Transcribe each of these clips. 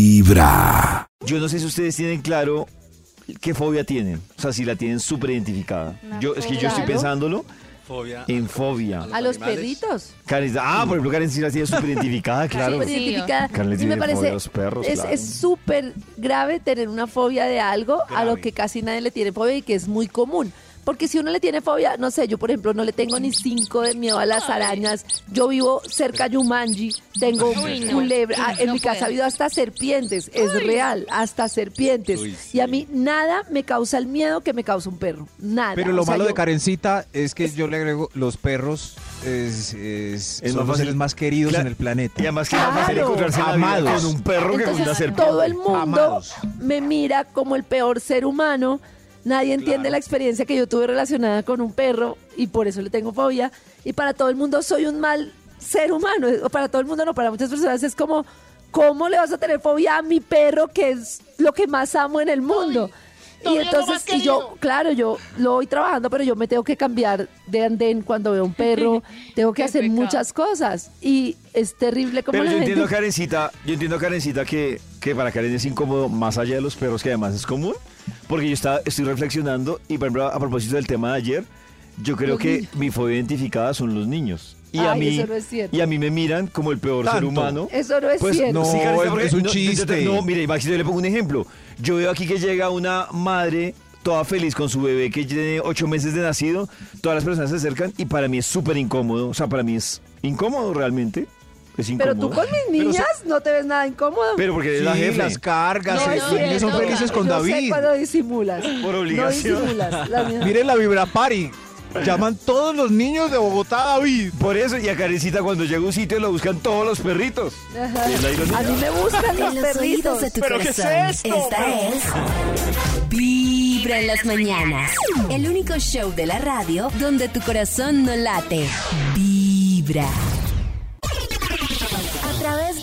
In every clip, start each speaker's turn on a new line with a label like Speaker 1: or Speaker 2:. Speaker 1: Vibra.
Speaker 2: Yo no sé si ustedes tienen claro qué fobia tienen. O sea, si la tienen súper identificada.
Speaker 3: Una
Speaker 2: Yo, es que yo
Speaker 3: fobia.
Speaker 2: estoy
Speaker 3: Claro.
Speaker 2: pensándolo
Speaker 4: Fobia.
Speaker 2: en fobia.
Speaker 3: A los
Speaker 4: animales.
Speaker 3: perritos.
Speaker 2: Karen, ah, por ejemplo, Karen sí la tiene súper identificada, claro.
Speaker 3: Sí,
Speaker 5: Sí,
Speaker 3: identificada.
Speaker 2: Karen le
Speaker 3: y me
Speaker 2: tiene
Speaker 3: parece
Speaker 2: fobia a los perros,
Speaker 3: es
Speaker 2: claro.
Speaker 3: es súper grave tener una fobia de algo a lo
Speaker 4: Grave.
Speaker 3: que casi nadie le tiene fobia y que es muy común. Porque si uno le tiene fobia, no sé, yo por ejemplo no le tengo ni cinco de miedo a las arañas. Yo vivo cerca de Yumanji, tengo
Speaker 5: Uy, no.
Speaker 3: culebra. Ah, en
Speaker 5: No
Speaker 3: mi casa ha
Speaker 5: puedo.
Speaker 3: habido hasta serpientes, es real, hasta serpientes.
Speaker 4: Uy,
Speaker 3: Y a mí nada me causa el miedo que me causa un perro, nada.
Speaker 6: Pero lo
Speaker 3: O sea,
Speaker 6: malo de
Speaker 3: yo-
Speaker 6: Karencita es que yo le agrego los perros es, es-
Speaker 2: Es más
Speaker 6: son los seres
Speaker 2: fácil.
Speaker 6: más queridos
Speaker 2: Cla-
Speaker 6: en el planeta.
Speaker 2: Y además que es más fácil
Speaker 3: Claro.
Speaker 2: encontrarse en la vida
Speaker 6: Amados.
Speaker 2: con un perro que con una
Speaker 3: Entonces,
Speaker 2: serpiente.
Speaker 3: todo el mundo
Speaker 6: Amados.
Speaker 3: me mira como el peor ser humano. Nadie entiende la experiencia que yo tuve relacionada con un perro y por eso le tengo fobia. Y para todo el mundo soy un mal ser humano. O para todo el mundo no, para muchas personas es como, ¿cómo le vas a tener fobia a mi perro que es lo que más amo en el mundo?
Speaker 5: todo
Speaker 3: y
Speaker 5: es lo
Speaker 3: entonces,
Speaker 5: más
Speaker 3: y yo,
Speaker 5: querido.
Speaker 3: claro, yo lo voy trabajando, pero yo me tengo que cambiar de andén cuando veo un perro. Tengo que
Speaker 5: Qué
Speaker 3: hacer
Speaker 5: pecado.
Speaker 3: muchas cosas. Y es terrible como
Speaker 2: Pero
Speaker 3: la
Speaker 2: yo
Speaker 3: gente...
Speaker 2: entiendo, a Karencita, yo entiendo, a Karencita, que, que para Karen es incómodo, más allá de los perros, que además es común, porque yo estaba, estoy reflexionando, y por ejemplo, a propósito del tema de ayer, yo creo
Speaker 3: Los
Speaker 2: que
Speaker 3: niños.
Speaker 2: mi fobia identificada son los niños. Y, a
Speaker 3: Ay,
Speaker 2: mí,
Speaker 3: eso no es cierto.
Speaker 2: y a mí me miran como el peor ser
Speaker 6: Tanto.
Speaker 2: humano.
Speaker 3: Eso no es
Speaker 2: Pues,
Speaker 3: cierto.
Speaker 6: no,
Speaker 2: sí, Karencita,
Speaker 6: es-
Speaker 2: porque
Speaker 6: es un
Speaker 2: no- no-
Speaker 6: chiste.
Speaker 2: No, mire, Maxito, yo le pongo un ejemplo. Yo veo aquí que llega una madre toda feliz con su bebé que tiene ocho meses de nacido, todas las personas se acercan y para mí es súper incómodo, o sea, para mí es incómodo realmente. Es incómodo.
Speaker 3: Pero tú con mis niñas no te ves nada incómodo.
Speaker 2: Pero porque
Speaker 6: Sí,
Speaker 2: es la jefe.
Speaker 6: las cargas,
Speaker 5: No,
Speaker 6: eh,
Speaker 5: no,
Speaker 6: los niños son
Speaker 5: no.
Speaker 6: felices con
Speaker 3: Yo sé
Speaker 6: David.
Speaker 3: cuando disimulas.
Speaker 2: Por obligación.
Speaker 3: No disimulas. las mías.
Speaker 6: Miren la Vibra Party. Llaman todos los niños de Bogotá a David.
Speaker 2: Por eso, y a Karencita cuando llega a un sitio lo buscan todos los perritos.
Speaker 3: Ajá.
Speaker 2: Es la ironía.
Speaker 3: A mí me gustan los
Speaker 5: En los oídos
Speaker 3: perritos.
Speaker 5: de tu
Speaker 4: ¿Pero qué es
Speaker 5: corazón.
Speaker 4: esto?
Speaker 5: Esta es Vibra en las mañanas. El único show de la radio donde tu corazón no late. Vibra. A través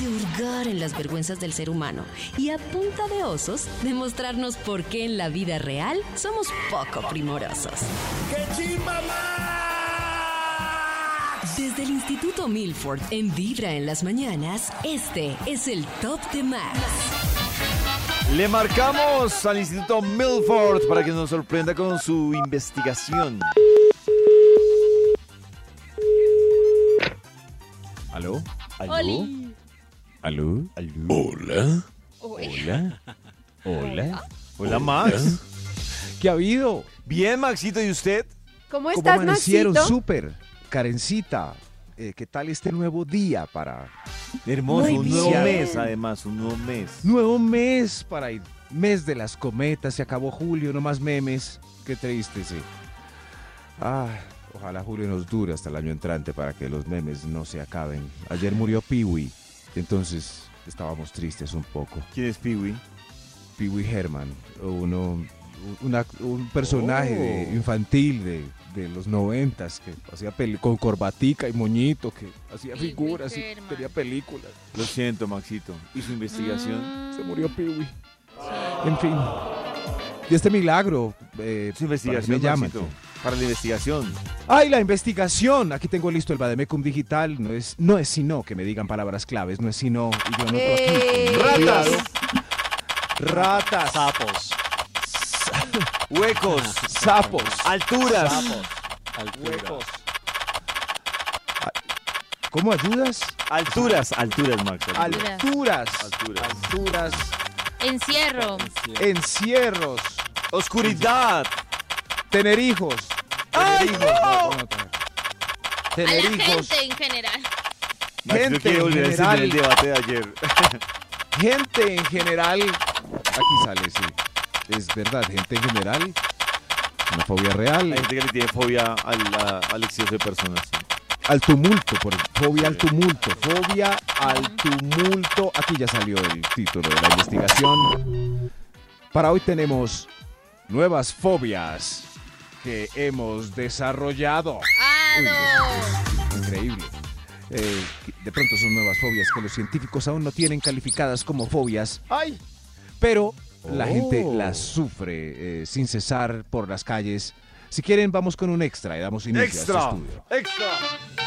Speaker 7: de hurgar en las vergüenzas del ser humano y a punta de osos demostrarnos por qué en la vida real somos poco primorosos. Desde el Instituto Milford en Vibra en las mañanas, este es el Top de Max.
Speaker 2: Le marcamos al Instituto Milford para que nos sorprenda con su investigación.
Speaker 8: ¿Aló?
Speaker 2: ¿Aló?
Speaker 8: ¿Aló?
Speaker 2: ¿Aló?
Speaker 8: Hola. Hola. Hola.
Speaker 2: Hola, Max.
Speaker 6: ¿Qué ha habido?
Speaker 2: Bien, Maxito, ¿y usted?
Speaker 3: ¿Cómo
Speaker 6: ¿Cómo
Speaker 3: estás,
Speaker 6: amanecieron?
Speaker 3: Maxito?
Speaker 6: Súper. Karencita, eh, ¿qué tal este nuevo día para...
Speaker 2: Hermoso,
Speaker 3: Muy
Speaker 2: un nuevo
Speaker 3: bien.
Speaker 2: mes, además, un nuevo mes.
Speaker 6: Nuevo mes para ir. Mes de las cometas, se acabó julio, no más memes. Qué triste, sí. Ah, ojalá julio nos dure hasta el año entrante para que los memes no se acaben. Ayer murió Peewee, entonces estábamos tristes un poco.
Speaker 2: ¿Quién es Piwi?
Speaker 6: Peewee Herman, uno, una- un personaje de-
Speaker 2: Oh.
Speaker 6: infantil de, de los noventas que hacía peli- con corbatica y moñito, que hacía
Speaker 5: Pee Wee
Speaker 6: figuras y
Speaker 5: Herman.
Speaker 6: tenía películas.
Speaker 2: Lo siento, Maxito. ¿Y su investigación?
Speaker 6: Se murió Peewee. En fin. Y este milagro. eh,
Speaker 2: Su
Speaker 6: ¿para qué
Speaker 2: investigación,
Speaker 6: me llaman?
Speaker 2: Maxito. Para la investigación.
Speaker 6: ¡Ay, la investigación! Aquí tengo listo el Bademecum Digital. No es, no es sino que me digan palabras claves. No es sino. Y yo no
Speaker 3: ¡Eh!
Speaker 2: ¡Ratas!
Speaker 6: Ratas,
Speaker 4: Sapos.
Speaker 2: Huecos.
Speaker 6: sapos,
Speaker 2: Alturas.
Speaker 4: Sapos. Altura.
Speaker 6: ¿Cómo ayudas?
Speaker 2: Alturas. Alturas, Max. Alturas.
Speaker 6: Alturas,
Speaker 2: Alturas.
Speaker 6: alturas,
Speaker 5: Encierro.
Speaker 6: encierros,
Speaker 2: Oscuridad.
Speaker 6: tener hijos.
Speaker 2: ¡Ay,
Speaker 6: tener
Speaker 2: no!
Speaker 6: hijos, tener hijos,
Speaker 5: en general.
Speaker 2: Max, yo
Speaker 6: Gente
Speaker 2: quiero
Speaker 6: en
Speaker 2: volver a encender
Speaker 6: general.
Speaker 2: el debate de ayer.
Speaker 6: Gente en general. Aquí sale, sí. Es verdad, gente en general. Una fobia real.
Speaker 2: Hay gente que le tiene fobia al, a- al exceso de personas. sí.
Speaker 6: Al tumulto, por fobia al tumulto. Fobia al tumulto. Aquí ya salió el título de la investigación. Para hoy tenemos nuevas fobias que hemos desarrollado.
Speaker 1: ¡Ah, no!
Speaker 6: Increíble. Eh, de pronto son nuevas fobias que los científicos aún no tienen calificadas como fobias.
Speaker 9: ¡Ay!
Speaker 6: pero la gente las sufre eh, sin cesar por las calles. Si quieren, vamos con un extra y damos inicio a este estudio.
Speaker 9: ¡Extra!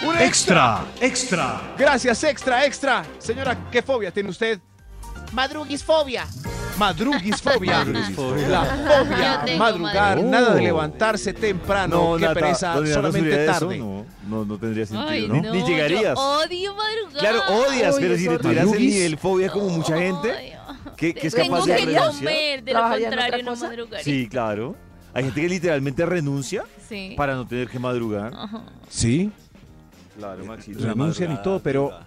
Speaker 6: ¡Un extra! ¡Extra! Gracias, extra, extra. Señora, ¿qué fobia tiene usted?
Speaker 1: Madruguisfobia.
Speaker 6: Madruguisfobia.
Speaker 4: Madruguisfobia.
Speaker 6: la
Speaker 1: Yo
Speaker 6: fobia,
Speaker 1: tengo
Speaker 6: madrugar,
Speaker 1: madruguisfobia.
Speaker 6: nada de levantarse temprano, Ah, qué
Speaker 2: Nata,
Speaker 6: pereza,
Speaker 2: ¿dónde Nata
Speaker 6: solamente
Speaker 2: subía eso?
Speaker 6: tarde.
Speaker 2: No, no, no tendría sentido,
Speaker 1: Ay,
Speaker 2: ¿no?
Speaker 1: no,
Speaker 2: Ni llegarías.
Speaker 1: yo odio madrugar.
Speaker 2: Claro, odias,
Speaker 3: Uy,
Speaker 2: pero
Speaker 3: es
Speaker 2: si te
Speaker 3: horrible.
Speaker 2: tuvieras el
Speaker 6: ¿Madruguis?
Speaker 2: nivel fobia como mucha gente,
Speaker 1: Odio.
Speaker 2: que, que es
Speaker 1: Tengo
Speaker 2: capaz
Speaker 1: que
Speaker 2: de renunciar.
Speaker 1: comer, de lo
Speaker 3: ¿Trabajaría en otra
Speaker 1: contrario no
Speaker 3: cosa?
Speaker 1: madrugaría.
Speaker 2: Sí, claro. Hay gente que literalmente renuncia
Speaker 1: Sí.
Speaker 2: para no tener que madrugar.
Speaker 6: Sí,
Speaker 2: Claro, Maxi.
Speaker 6: renuncian y todo, pero,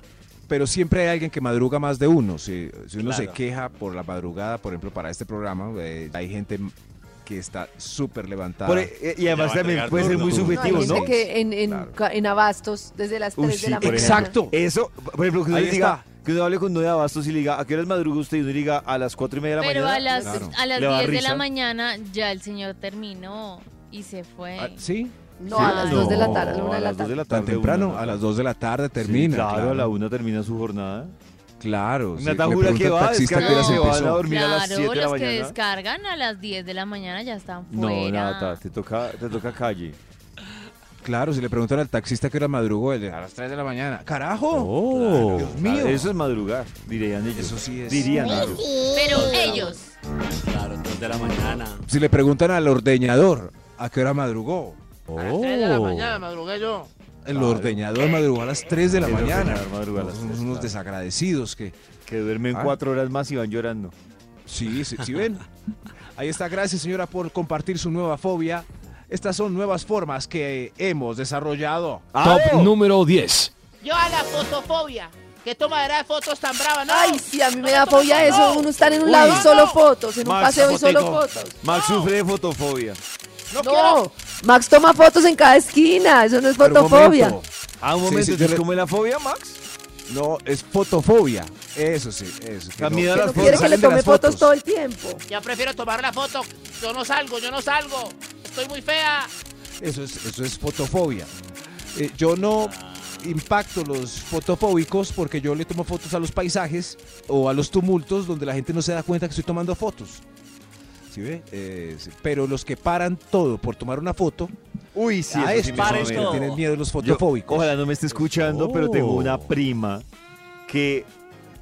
Speaker 6: pero siempre hay alguien que madruga más de uno. Si, si uno se queja por la madrugada, por ejemplo, para este programa, eh, hay gente que está súper levantada.
Speaker 2: Por- eh, y además
Speaker 4: Ya va a
Speaker 2: también
Speaker 4: entregar
Speaker 2: puede ser
Speaker 4: turno.
Speaker 2: muy
Speaker 4: No, hay
Speaker 3: hay
Speaker 2: subjetivo,
Speaker 3: gente
Speaker 2: ¿no?
Speaker 3: que en, en,
Speaker 6: Claro.
Speaker 3: ca- en abastos desde las 3
Speaker 2: Uy,
Speaker 3: de
Speaker 2: sí,
Speaker 3: la
Speaker 2: por
Speaker 3: mañana.
Speaker 6: Exacto.
Speaker 2: Eso, por ejemplo, que uno,
Speaker 6: Ahí
Speaker 2: le diga,
Speaker 6: está.
Speaker 2: que uno hable con uno de abastos y le diga, ¿a qué horas madruga usted? Y uno le diga, a las cuatro y media de la
Speaker 1: Pero
Speaker 2: mañana.
Speaker 1: a las,
Speaker 6: Claro.
Speaker 1: a las
Speaker 2: Le va
Speaker 1: 10 de
Speaker 2: risa.
Speaker 1: la mañana ya el señor terminó y se fue.
Speaker 6: Ah, ¿Sí?
Speaker 3: No, a las 2 de la tarde, a la 1
Speaker 2: a
Speaker 3: de la
Speaker 2: las dos
Speaker 3: tarde.
Speaker 2: la
Speaker 6: Tan
Speaker 2: tarde,
Speaker 6: temprano,
Speaker 2: una.
Speaker 6: a las 2 de la tarde
Speaker 2: Sí,
Speaker 6: termina.
Speaker 2: claro, a la una termina su jornada.
Speaker 6: Claro. sí.
Speaker 2: Nata
Speaker 6: Le
Speaker 2: jura
Speaker 6: pregunto
Speaker 2: que
Speaker 6: al
Speaker 2: va,
Speaker 6: taxista
Speaker 2: descarga
Speaker 6: qué hora
Speaker 2: que
Speaker 6: se
Speaker 2: va a
Speaker 6: empezó.
Speaker 2: dormir a las
Speaker 1: Claro,
Speaker 2: 7 de la
Speaker 1: los que
Speaker 2: mañana.
Speaker 1: descargan a las 10 de la mañana ya están
Speaker 2: No,
Speaker 1: fuera.
Speaker 2: Nata, te toca, te toca calle.
Speaker 6: Claro, si le preguntan al taxista qué hora madrugó, él dice, a las 3 de la mañana. ¡Carajo!
Speaker 2: Oh,
Speaker 6: Dios mío.
Speaker 2: Eso es madrugar, dirían ellos.
Speaker 6: Eso sí es.
Speaker 2: Dirían
Speaker 6: Sí,
Speaker 2: ellos.
Speaker 1: Pero ellos.
Speaker 4: Claro, 3 de la mañana.
Speaker 6: Si le preguntan al ordeñador a qué hora madrugó,
Speaker 9: A las 3 de la
Speaker 2: Oh.
Speaker 6: Oh.
Speaker 9: mañana madrugué yo.
Speaker 6: el ordeñador madrugó a las 3 de la
Speaker 2: El
Speaker 6: mañana.
Speaker 2: ordeñador madrugó a las
Speaker 6: Somos
Speaker 2: tres,
Speaker 6: unos
Speaker 2: claro.
Speaker 6: desagradecidos que...
Speaker 2: Que duermen
Speaker 6: Ah.
Speaker 2: cuatro horas más y van llorando.
Speaker 6: Sí, sí, sí ven. Ahí está, gracias señora por compartir su nueva fobia. Estas son nuevas formas que hemos desarrollado.
Speaker 2: ¡Ale!
Speaker 8: número 10.
Speaker 9: Yo a la fotofobia. Que tomadera de fotos tan brava, ¿no?
Speaker 3: Ay, sí, a mí me da fobia eso. Uno estar en un lado y
Speaker 9: Uy.
Speaker 3: solo fotos, en un
Speaker 2: Max,
Speaker 3: paseo y solo
Speaker 2: fotico.
Speaker 3: fotos.
Speaker 2: Max sufre de fotofobia.
Speaker 9: no, quiero.
Speaker 3: No, Max toma fotos en cada esquina. Eso no es
Speaker 6: Pero un
Speaker 3: fotofobia.
Speaker 6: momento.
Speaker 2: Ah, un
Speaker 6: Sí,
Speaker 2: momento,
Speaker 6: sí, yo
Speaker 2: entonces,
Speaker 6: le-
Speaker 2: ¿cómo es la fobia, Max?
Speaker 6: No, es fotofobia. Eso sí, eso.
Speaker 2: Da miedo a
Speaker 3: Que
Speaker 2: las
Speaker 3: no
Speaker 2: fotos,
Speaker 3: quiere que le
Speaker 6: salen de
Speaker 3: tome
Speaker 6: las
Speaker 3: fotos todo el tiempo.
Speaker 9: Ya prefiero tomar la foto. Yo no salgo, yo no salgo. Estoy muy fea.
Speaker 6: Eso es, eso es fotofobia. Eh, yo no impacto los fotofóbicos porque yo le tomo fotos a los paisajes o a los tumultos donde la gente no se da cuenta que estoy tomando fotos. ¿Sí ve? Eh, sí. Pero los que paran todo por tomar una foto, Ah,
Speaker 2: Uy, sí,
Speaker 6: a
Speaker 2: eso sí
Speaker 6: estos
Speaker 2: me
Speaker 6: son
Speaker 4: para
Speaker 6: los
Speaker 2: suena bien.
Speaker 6: que le
Speaker 4: esto.
Speaker 6: tienen miedo los
Speaker 2: Yo-
Speaker 6: fotofóbicos.
Speaker 2: ojalá no me esté escuchando, pero tengo
Speaker 6: Oh.
Speaker 2: una prima que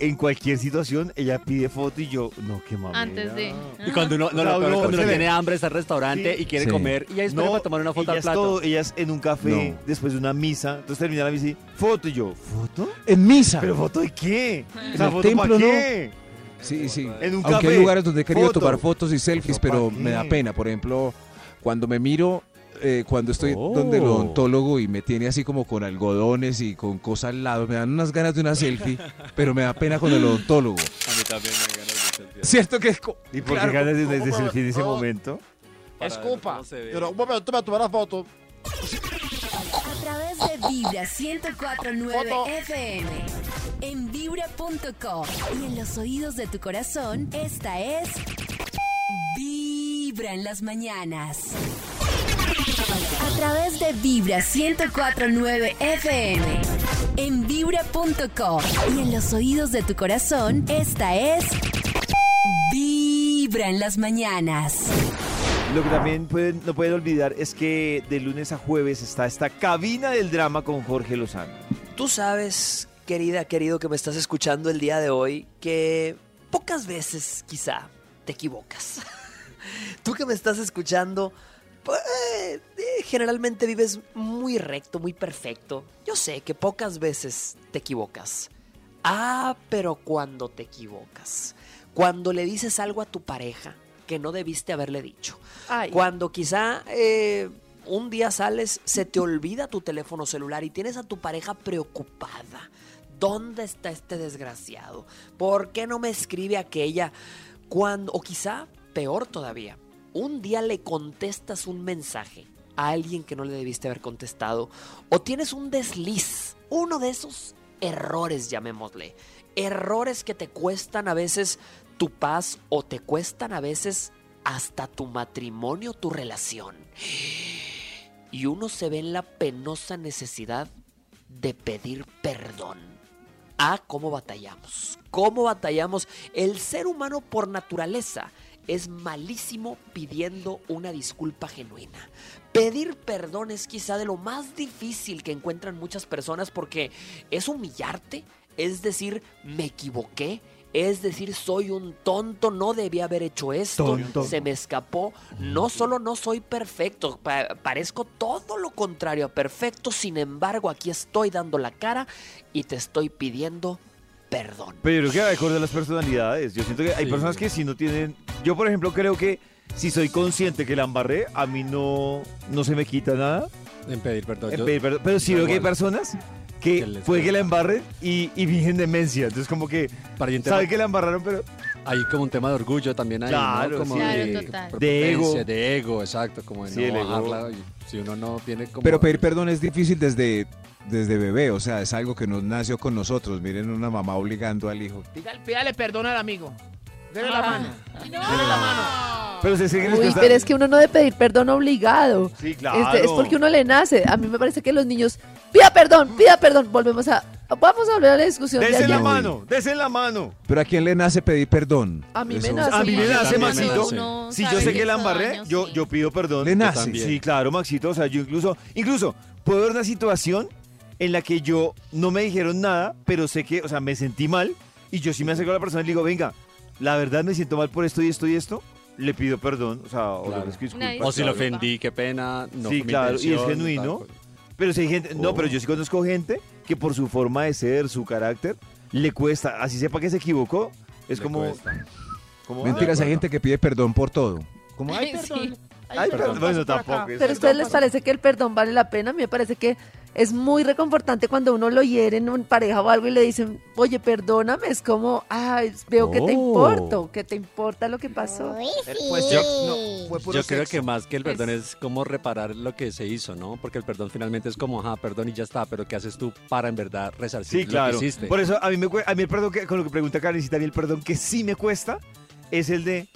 Speaker 2: en cualquier situación ella pide foto y yo, no, qué mamera.
Speaker 1: Antes de.
Speaker 4: Y cuando uno, no,
Speaker 2: Claro,
Speaker 4: lo peor es
Speaker 2: no,
Speaker 4: cuando uno
Speaker 2: se ve.
Speaker 4: tiene hambre, está al restaurante
Speaker 2: Sí.
Speaker 4: y quiere
Speaker 6: Sí.
Speaker 4: comer. Y ahí espera
Speaker 2: No,
Speaker 4: para tomar una foto al
Speaker 2: ellas
Speaker 4: plato.
Speaker 2: todo, ellas en un café,
Speaker 6: No.
Speaker 2: después de una misa, entonces termina la misa y foto y yo, ¿foto?
Speaker 6: En misa.
Speaker 2: ¿Pero foto de qué?
Speaker 6: En
Speaker 2: O sea,
Speaker 6: el
Speaker 2: ¿foto para
Speaker 6: templo, ¿no?
Speaker 2: qué?
Speaker 6: Sí, sí.
Speaker 2: En un
Speaker 6: Aunque hay
Speaker 2: café.
Speaker 6: lugares donde he querido
Speaker 2: Foto.
Speaker 6: tomar fotos y selfies,
Speaker 2: Pero
Speaker 6: pero
Speaker 2: ¿pa'
Speaker 6: me da
Speaker 2: qué?
Speaker 6: pena. Por ejemplo, cuando me miro, eh, cuando estoy donde el odontólogo y me tiene así como con algodones y con cosas al lado, me dan unas ganas de una selfie, pero me da pena con el odontólogo.
Speaker 4: A mí también me ganas de selfie.
Speaker 6: ¿Cierto que es co-
Speaker 2: ¿Y por
Speaker 6: claro,
Speaker 2: qué ganas de,
Speaker 9: ¿cómo
Speaker 2: de
Speaker 9: me-
Speaker 2: selfie en ese
Speaker 9: no?
Speaker 2: momento?
Speaker 4: Para ver
Speaker 9: Escupa.
Speaker 4: cómo se ve.
Speaker 9: Pero un momento, me tomar la foto.
Speaker 5: A través de Vibra 1049
Speaker 9: Foto.
Speaker 5: FM. En vibra.com. Y en los oídos de tu corazón, esta es. Vibra en las mañanas. A través de Vibra 1049 FM. En vibra.com. Y en los oídos de tu corazón, esta es. Vibra en las mañanas.
Speaker 2: Lo que también pueden- no pueden olvidar es que de lunes a jueves está esta cabina del drama con Jorge Lozano.
Speaker 10: Tú sabes, querida, querido, que me estás escuchando el día de hoy, que pocas veces quizá te equivocas. Tú que me estás escuchando, pues, eh, generalmente vives muy recto, muy perfecto. Yo sé que pocas veces te equivocas. Ah, pero cuando te equivocas, cuando le dices algo a tu pareja que no debiste haberle dicho,
Speaker 3: Ay.
Speaker 10: cuando quizá eh, un día sales, se te olvida tu teléfono celular y tienes a tu pareja preocupada. ¿Dónde está este desgraciado? ¿Por qué no me escribe aquella? Cuando, o quizá, peor todavía, un día le contestas un mensaje a alguien que no le debiste haber contestado o tienes un desliz, uno de esos errores, llamémosle. Errores que te cuestan a veces tu paz o te cuestan a veces hasta tu matrimonio, tu relación. y uno se ve en la penosa necesidad de pedir perdón. Ah, cómo batallamos, cómo batallamos. El ser humano por naturaleza es malísimo pidiendo una disculpa genuina. Pedir perdón es quizá de lo más difícil que encuentran muchas personas porque es humillarte, es decir, me equivoqué, es decir, soy un tonto, no debía haber hecho esto,
Speaker 11: Tonto.
Speaker 10: se me escapó. No solo no soy perfecto, pa- parezco todo lo contrario a perfecto, sin embargo, aquí estoy dando la cara y te estoy pidiendo perdón.
Speaker 2: Pero yo creo que va acorde a las personalidades. Yo siento que hay personas que si no tienen. Yo, por ejemplo, creo que si soy consciente que la embarré, a mí no, no se me quita nada.
Speaker 12: En pedir perdón.
Speaker 2: en
Speaker 12: yo-
Speaker 2: pedir Eh, perdón. Pero sí
Speaker 12: yo
Speaker 2: veo que hay
Speaker 12: igual.
Speaker 2: personas que puede Pues, que la embarren y, y fingen demencia. Entonces, como que. Sabe que la embarraron, pero.
Speaker 12: Hay como un tema de orgullo también ahí,
Speaker 2: Claro,
Speaker 12: ¿no? Como
Speaker 2: sí.
Speaker 12: de,
Speaker 2: Claro, total.
Speaker 12: prepotencia,
Speaker 2: De ego.
Speaker 12: De ego, exacto. Como de
Speaker 2: Sí, el
Speaker 12: no
Speaker 2: ego.
Speaker 12: bajarla. y Si uno no tiene como...
Speaker 6: Pero pedir perdón es difícil desde, desde bebé, o sea, es algo que nos nació con nosotros. Miren una mamá obligando al hijo.
Speaker 9: Pídale, pídale perdón al amigo. Dele la mano. Dele la mano.
Speaker 2: Pero se
Speaker 9: sigue
Speaker 3: Uy, pero es que uno no debe pedir perdón obligado.
Speaker 2: Sí,
Speaker 3: Este, es porque uno le nace. A mí me parece que los niños, pida perdón, pida perdón. Volvemos a, vamos a volver a la discusión. de
Speaker 2: Dese la
Speaker 3: ayer.
Speaker 2: mano, dese la mano.
Speaker 6: Pero ¿a quién le nace pedir perdón?
Speaker 2: Ah,
Speaker 3: A mí me
Speaker 6: Eso-
Speaker 3: nace.
Speaker 2: A mí me
Speaker 3: Yo
Speaker 2: nace,
Speaker 3: también,
Speaker 2: Maxito.
Speaker 3: uno
Speaker 2: Si yo
Speaker 3: sabe
Speaker 2: sé
Speaker 3: que
Speaker 2: que la
Speaker 3: hizo
Speaker 2: embarré,
Speaker 3: daño,
Speaker 2: yo, yo pido perdón.
Speaker 6: Le
Speaker 2: Yo
Speaker 6: nace.
Speaker 2: también. Sí, claro, Maxito. O sea, yo incluso, incluso puedo ver una situación en la que yo no me dijeron nada, pero sé que, o sea, me sentí mal y yo sí me acerco a la persona y le digo, venga, la verdad me siento mal por esto y esto y esto, le pido perdón. O sea, o le busco disculpas,
Speaker 12: o si lo
Speaker 2: claro.
Speaker 12: ofendí, qué pena. No
Speaker 2: sí, claro, y es genuino.
Speaker 12: pues.
Speaker 2: Pero si hay gente, no, pero yo sí conozco gente que por su forma de ser, su carácter, le cuesta, así sepa que se equivocó, es como, como,
Speaker 6: Mentiras,
Speaker 2: "Ay,
Speaker 6: hay gente que pide perdón por todo.
Speaker 2: como,
Speaker 3: Ay,
Speaker 2: ay,
Speaker 3: sí.
Speaker 2: ay, perdón, bueno, tampoco. es-
Speaker 3: Pero a ustedes les parece que el perdón vale la pena. A mí me parece que es muy reconfortante cuando uno lo hiere en una pareja o algo y le dicen, oye, perdóname. Es como, ay, veo que te
Speaker 12: Oh.
Speaker 3: importo, que te importa lo que pasó.
Speaker 2: pues,
Speaker 12: yo,
Speaker 6: puro
Speaker 12: yo creo
Speaker 6: sexo.
Speaker 12: que más que el perdón es como reparar lo que se hizo, ¿no? Porque el perdón finalmente es como, ajá, perdón y ya está, pero ¿qué haces tú para en verdad resarcir
Speaker 2: Sí, claro.
Speaker 12: lo que hiciste?
Speaker 2: Por eso a mí, me, cue- a mí el perdón, que, con lo que pregunta Karencita, a mí el perdón que sí me cuesta es el de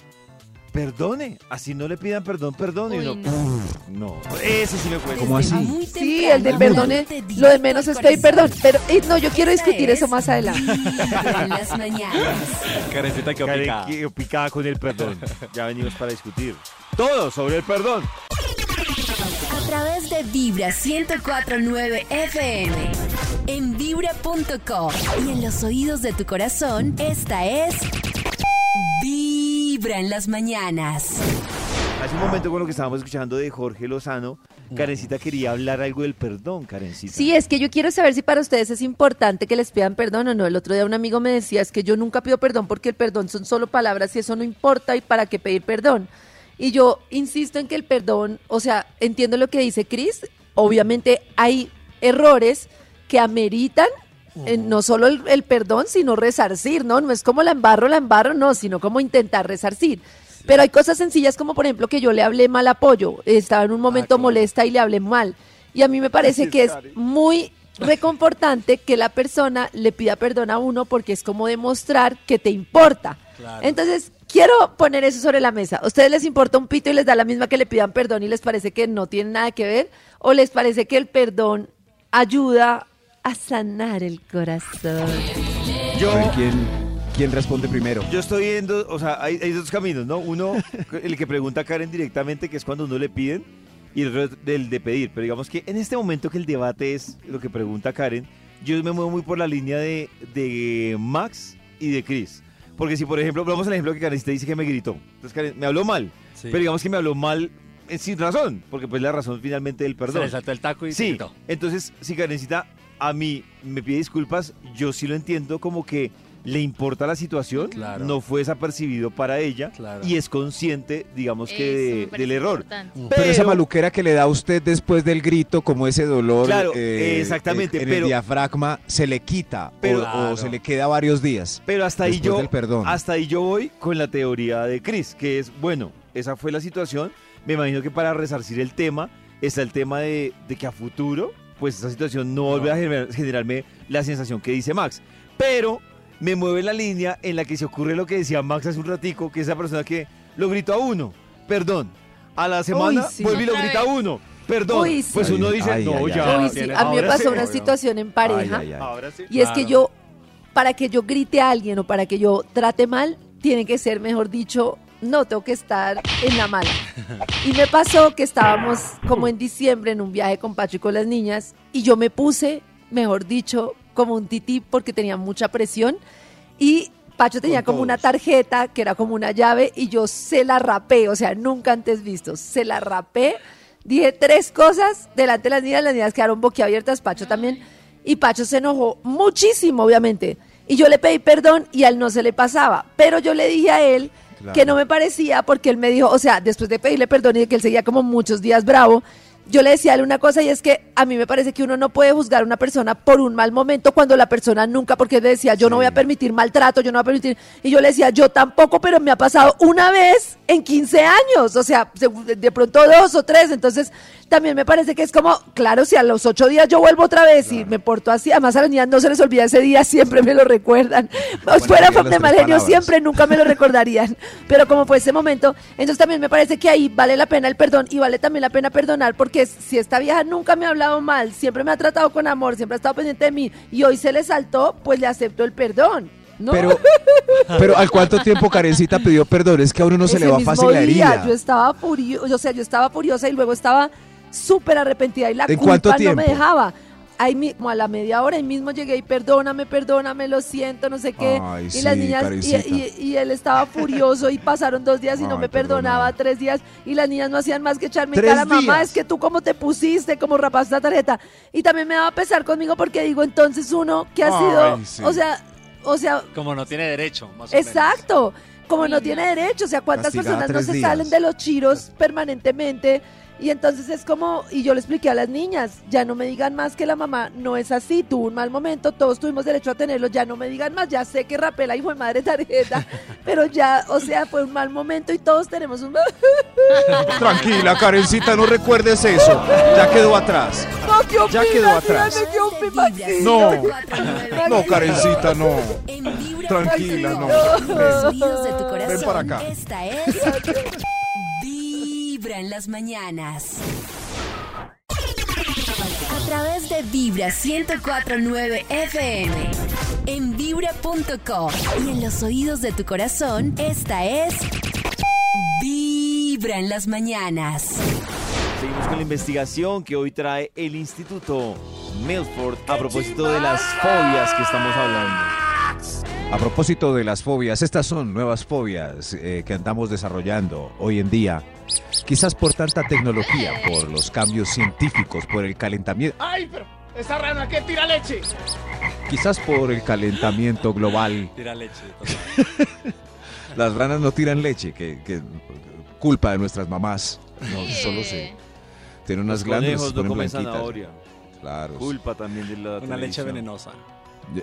Speaker 2: perdone. Así no le pidan perdón, perdone. y
Speaker 12: Uy, no.
Speaker 2: uno, "Puf, no. Ese sí me cuesta. ¿Cómo así?
Speaker 3: Sí, el de perdón es- lo de menos es pedir perdón. Pero eh, no, yo quiero discutir eso más adelante.
Speaker 5: En las mañanas.
Speaker 2: Karencita que picada. con el perdón. Ya venimos para discutir. Todo sobre el perdón.
Speaker 5: A través de Vibra 1049 FM. En vibra.com y en los oídos de tu corazón, esta es Vibra en las mañanas.
Speaker 2: Hace un momento con lo que estábamos escuchando de Jorge Lozano, Karencita quería hablar algo del perdón, Karencita.
Speaker 3: Sí, es que yo quiero saber si para ustedes es importante que les pidan perdón o no. El otro día un amigo me decía, es que yo nunca pido perdón porque el perdón son solo palabras y eso no importa y para qué pedir perdón. Y yo insisto en que el perdón, o sea, entiendo lo que dice Cris, obviamente hay errores que ameritan eh, no solo el, el perdón, sino resarcir, ¿no? No es como la embarro, la embarro, no, sino como intentar resarcir. Pero hay cosas sencillas como, por ejemplo, que yo le hablé mal a Pollo. Estaba en un momento molesta y le hablé mal. Y a mí me parece
Speaker 13: Gracias,
Speaker 3: que es
Speaker 13: Cari.
Speaker 3: muy reconfortante que la persona le pida perdón a uno porque es como demostrar que te importa.
Speaker 13: Claro.
Speaker 3: Entonces, quiero poner eso sobre la mesa. ¿A ustedes les importa un pito y les da la misma que le pidan perdón y les parece que no tiene nada que ver? ¿O les parece que el perdón ayuda a sanar el corazón?
Speaker 6: A ver, ¿quién, quién responde primero?
Speaker 2: Yo estoy en dos, o sea, hay, hay dos caminos, ¿no? Uno, el que pregunta a Karen directamente, que es cuando uno le piden, y el otro, el de pedir. Pero digamos que en este momento que el debate es lo que pregunta Karen, yo me muevo muy por la línea de, de Max y de Chris. Porque si, por ejemplo, vamos al ejemplo que Karen dice que me gritó. Entonces, Karen, me habló mal. Pero digamos que me habló mal eh, sin razón, porque pues la razón finalmente del perdón.
Speaker 12: le saltó el taco y te
Speaker 2: Sí,
Speaker 12: gritó.
Speaker 2: entonces, si Karencita a mí me pide disculpas, yo sí lo entiendo como que le importa la situación, no fue desapercibido para ella y es consciente, digamos que, de- del error.
Speaker 6: Pero, esa maluquera que le da a usted después del grito, como ese dolor
Speaker 2: Claro, exactamente,
Speaker 6: eh, en el
Speaker 2: pero-
Speaker 6: diafragma, se le quita o-
Speaker 2: Pero-
Speaker 6: o,
Speaker 2: Claro.
Speaker 6: se le queda varios días.
Speaker 2: Pero hasta ahí
Speaker 6: después
Speaker 2: yo
Speaker 6: del perdón.
Speaker 2: hasta ahí yo voy con la teoría de Chris, que es bueno, esa fue la situación. Me imagino que para resarcir el tema está el tema de, de que a futuro, pues esa situación no vuelve a generar- generarme la sensación que dice Max. Pero me mueve la línea en la que se ocurre lo que decía Max hace un ratico, que esa persona que lo gritó a uno, perdón, a la semana
Speaker 6: sí.
Speaker 2: vuelve y lo
Speaker 6: Otra
Speaker 2: grita a
Speaker 6: vez.
Speaker 2: uno. Perdón,
Speaker 3: Uy, sí.
Speaker 2: pues uno dice,
Speaker 6: Ay,
Speaker 2: no,
Speaker 6: ay, ay.
Speaker 2: ya.
Speaker 3: Uy, sí, a mí me pasó una situación en pareja.
Speaker 6: Ay, ay, ay. Ahora sí.
Speaker 3: Y es que
Speaker 6: Claro.
Speaker 3: yo, para que yo grite a alguien o para que yo trate mal, tiene que ser, mejor dicho, no tengo que estar en la mala. Y me pasó que estábamos como en diciembre en un viaje con Pacho y con las niñas y yo me puse, mejor dicho, como un tití porque tenía mucha presión y Pacho tenía como una tarjeta que era como una llave y yo se la rapé, o sea, nunca antes visto, se la rapé, dije tres cosas delante de las niñas, las niñas quedaron boquiabiertas, Pacho también y Pacho se enojó muchísimo, obviamente. Y yo le pedí perdón y a él no se le pasaba, pero yo le dije a él
Speaker 11: Claro.
Speaker 3: que no me parecía porque él me dijo, o sea, después de pedirle perdón y de que él seguía como muchos días bravo, yo le decía a él una cosa y es que a mí me parece que uno no puede juzgar a una persona por un mal momento cuando la persona nunca, porque él decía, yo no voy a permitir maltrato, yo no voy a permitir, y yo le decía, yo tampoco, pero me ha pasado una vez en 15 años, o sea, se- de pronto dos o tres, entonces también me parece que es como, claro, si a los ocho días yo vuelvo otra vez y me porto así, además a las niñas no se les olvida ese día, siempre me lo recuerdan, fuera
Speaker 11: serían
Speaker 3: de
Speaker 11: las
Speaker 3: mal
Speaker 11: tres
Speaker 3: genio
Speaker 11: palabras.
Speaker 3: siempre siempre nunca me lo recordarían. Pero como fue ese momento, entonces también me parece que ahí vale la pena el perdón y vale también la pena perdonar porque es- si esta vieja nunca me ha hablado mal, siempre me ha tratado con amor, siempre ha estado pendiente de mí y hoy se le saltó, pues le acepto el perdón. ¿no?
Speaker 6: Pero- Pero al cuánto tiempo Karencita pidió perdón, es que a uno no se
Speaker 3: Ese
Speaker 6: le va
Speaker 3: mismo
Speaker 6: fácil la
Speaker 3: día,
Speaker 6: herida.
Speaker 3: Yo estaba furiosa, o sea, yo estaba furiosa y luego estaba súper arrepentida y la
Speaker 6: ¿En cuánto
Speaker 3: culpa no
Speaker 6: tiempo?
Speaker 3: me dejaba. Ahí mi- como a la media hora, ahí mismo llegué y perdóname, perdóname, lo siento, no sé qué.
Speaker 6: Ay,
Speaker 3: y
Speaker 6: sí,
Speaker 3: las niñas, y,
Speaker 6: Karencita.
Speaker 3: y- y él estaba furioso y pasaron dos días y no
Speaker 6: Ay,
Speaker 3: me perdonaba, tres días. Y las niñas no hacían más que echarme en
Speaker 6: Tres
Speaker 3: cara, mamá,
Speaker 6: días.
Speaker 3: es que tú cómo te pusiste, cómo rapaste la tarjeta. Y también me daba pesar conmigo porque digo, entonces uno que
Speaker 12: Ay,
Speaker 3: ha sido,
Speaker 12: sí.
Speaker 3: o sea, o sea,
Speaker 12: Como no tiene derecho, más o menos.
Speaker 3: Exacto. Como no tiene derecho, o sea, cuántas
Speaker 12: Castigada
Speaker 3: personas no
Speaker 12: tres
Speaker 3: se
Speaker 12: días.
Speaker 3: salen de los chiros permanentemente. Y entonces es como, y yo le expliqué a las niñas, ya no me digan más que la mamá no es así, tuvo un mal momento, todos tuvimos derecho a tenerlo, ya no me digan más, ya sé que rapé la hijo de madre tarjeta, pero ya, o sea, fue un mal momento y todos tenemos un...
Speaker 6: Tranquila, Karencita, no recuerdes eso. Ya quedó atrás.
Speaker 3: No, ¿qué
Speaker 6: Ya
Speaker 3: opinas?
Speaker 6: quedó atrás.
Speaker 3: Dígame, ¿qué opinas, Maxito?
Speaker 6: No, no, Karencita, no. Tranquila, no.
Speaker 5: Los oídos de tu corazón.
Speaker 6: Ven para acá.
Speaker 5: Esta es Vibra en las mañanas. A través de Vibra 104.9 FM. En vibra.com. Y en los oídos de tu corazón, esta es Vibra en las mañanas.
Speaker 2: Seguimos con la investigación que hoy trae el Instituto Milford a propósito de las fobias que estamos hablando.
Speaker 6: A propósito de las fobias, estas son nuevas fobias eh, que andamos desarrollando hoy en día. Quizás por tanta tecnología, por los cambios científicos, por el calentamiento,
Speaker 9: ¡Ay, pero esa rana que tira leche!
Speaker 6: quizás por el calentamiento global.
Speaker 12: Tira leche.
Speaker 6: Las ranas no tiran leche, que, que- culpa de nuestras mamás. No, solo sé. Tienen unas
Speaker 2: Los
Speaker 6: glándulas
Speaker 2: conejos
Speaker 6: se
Speaker 2: no
Speaker 6: ponen
Speaker 2: comen
Speaker 6: blanquitas.
Speaker 2: zanahoria.
Speaker 6: Claro.
Speaker 2: Culpa también de la
Speaker 12: Una leche
Speaker 2: televisión.
Speaker 12: venenosa.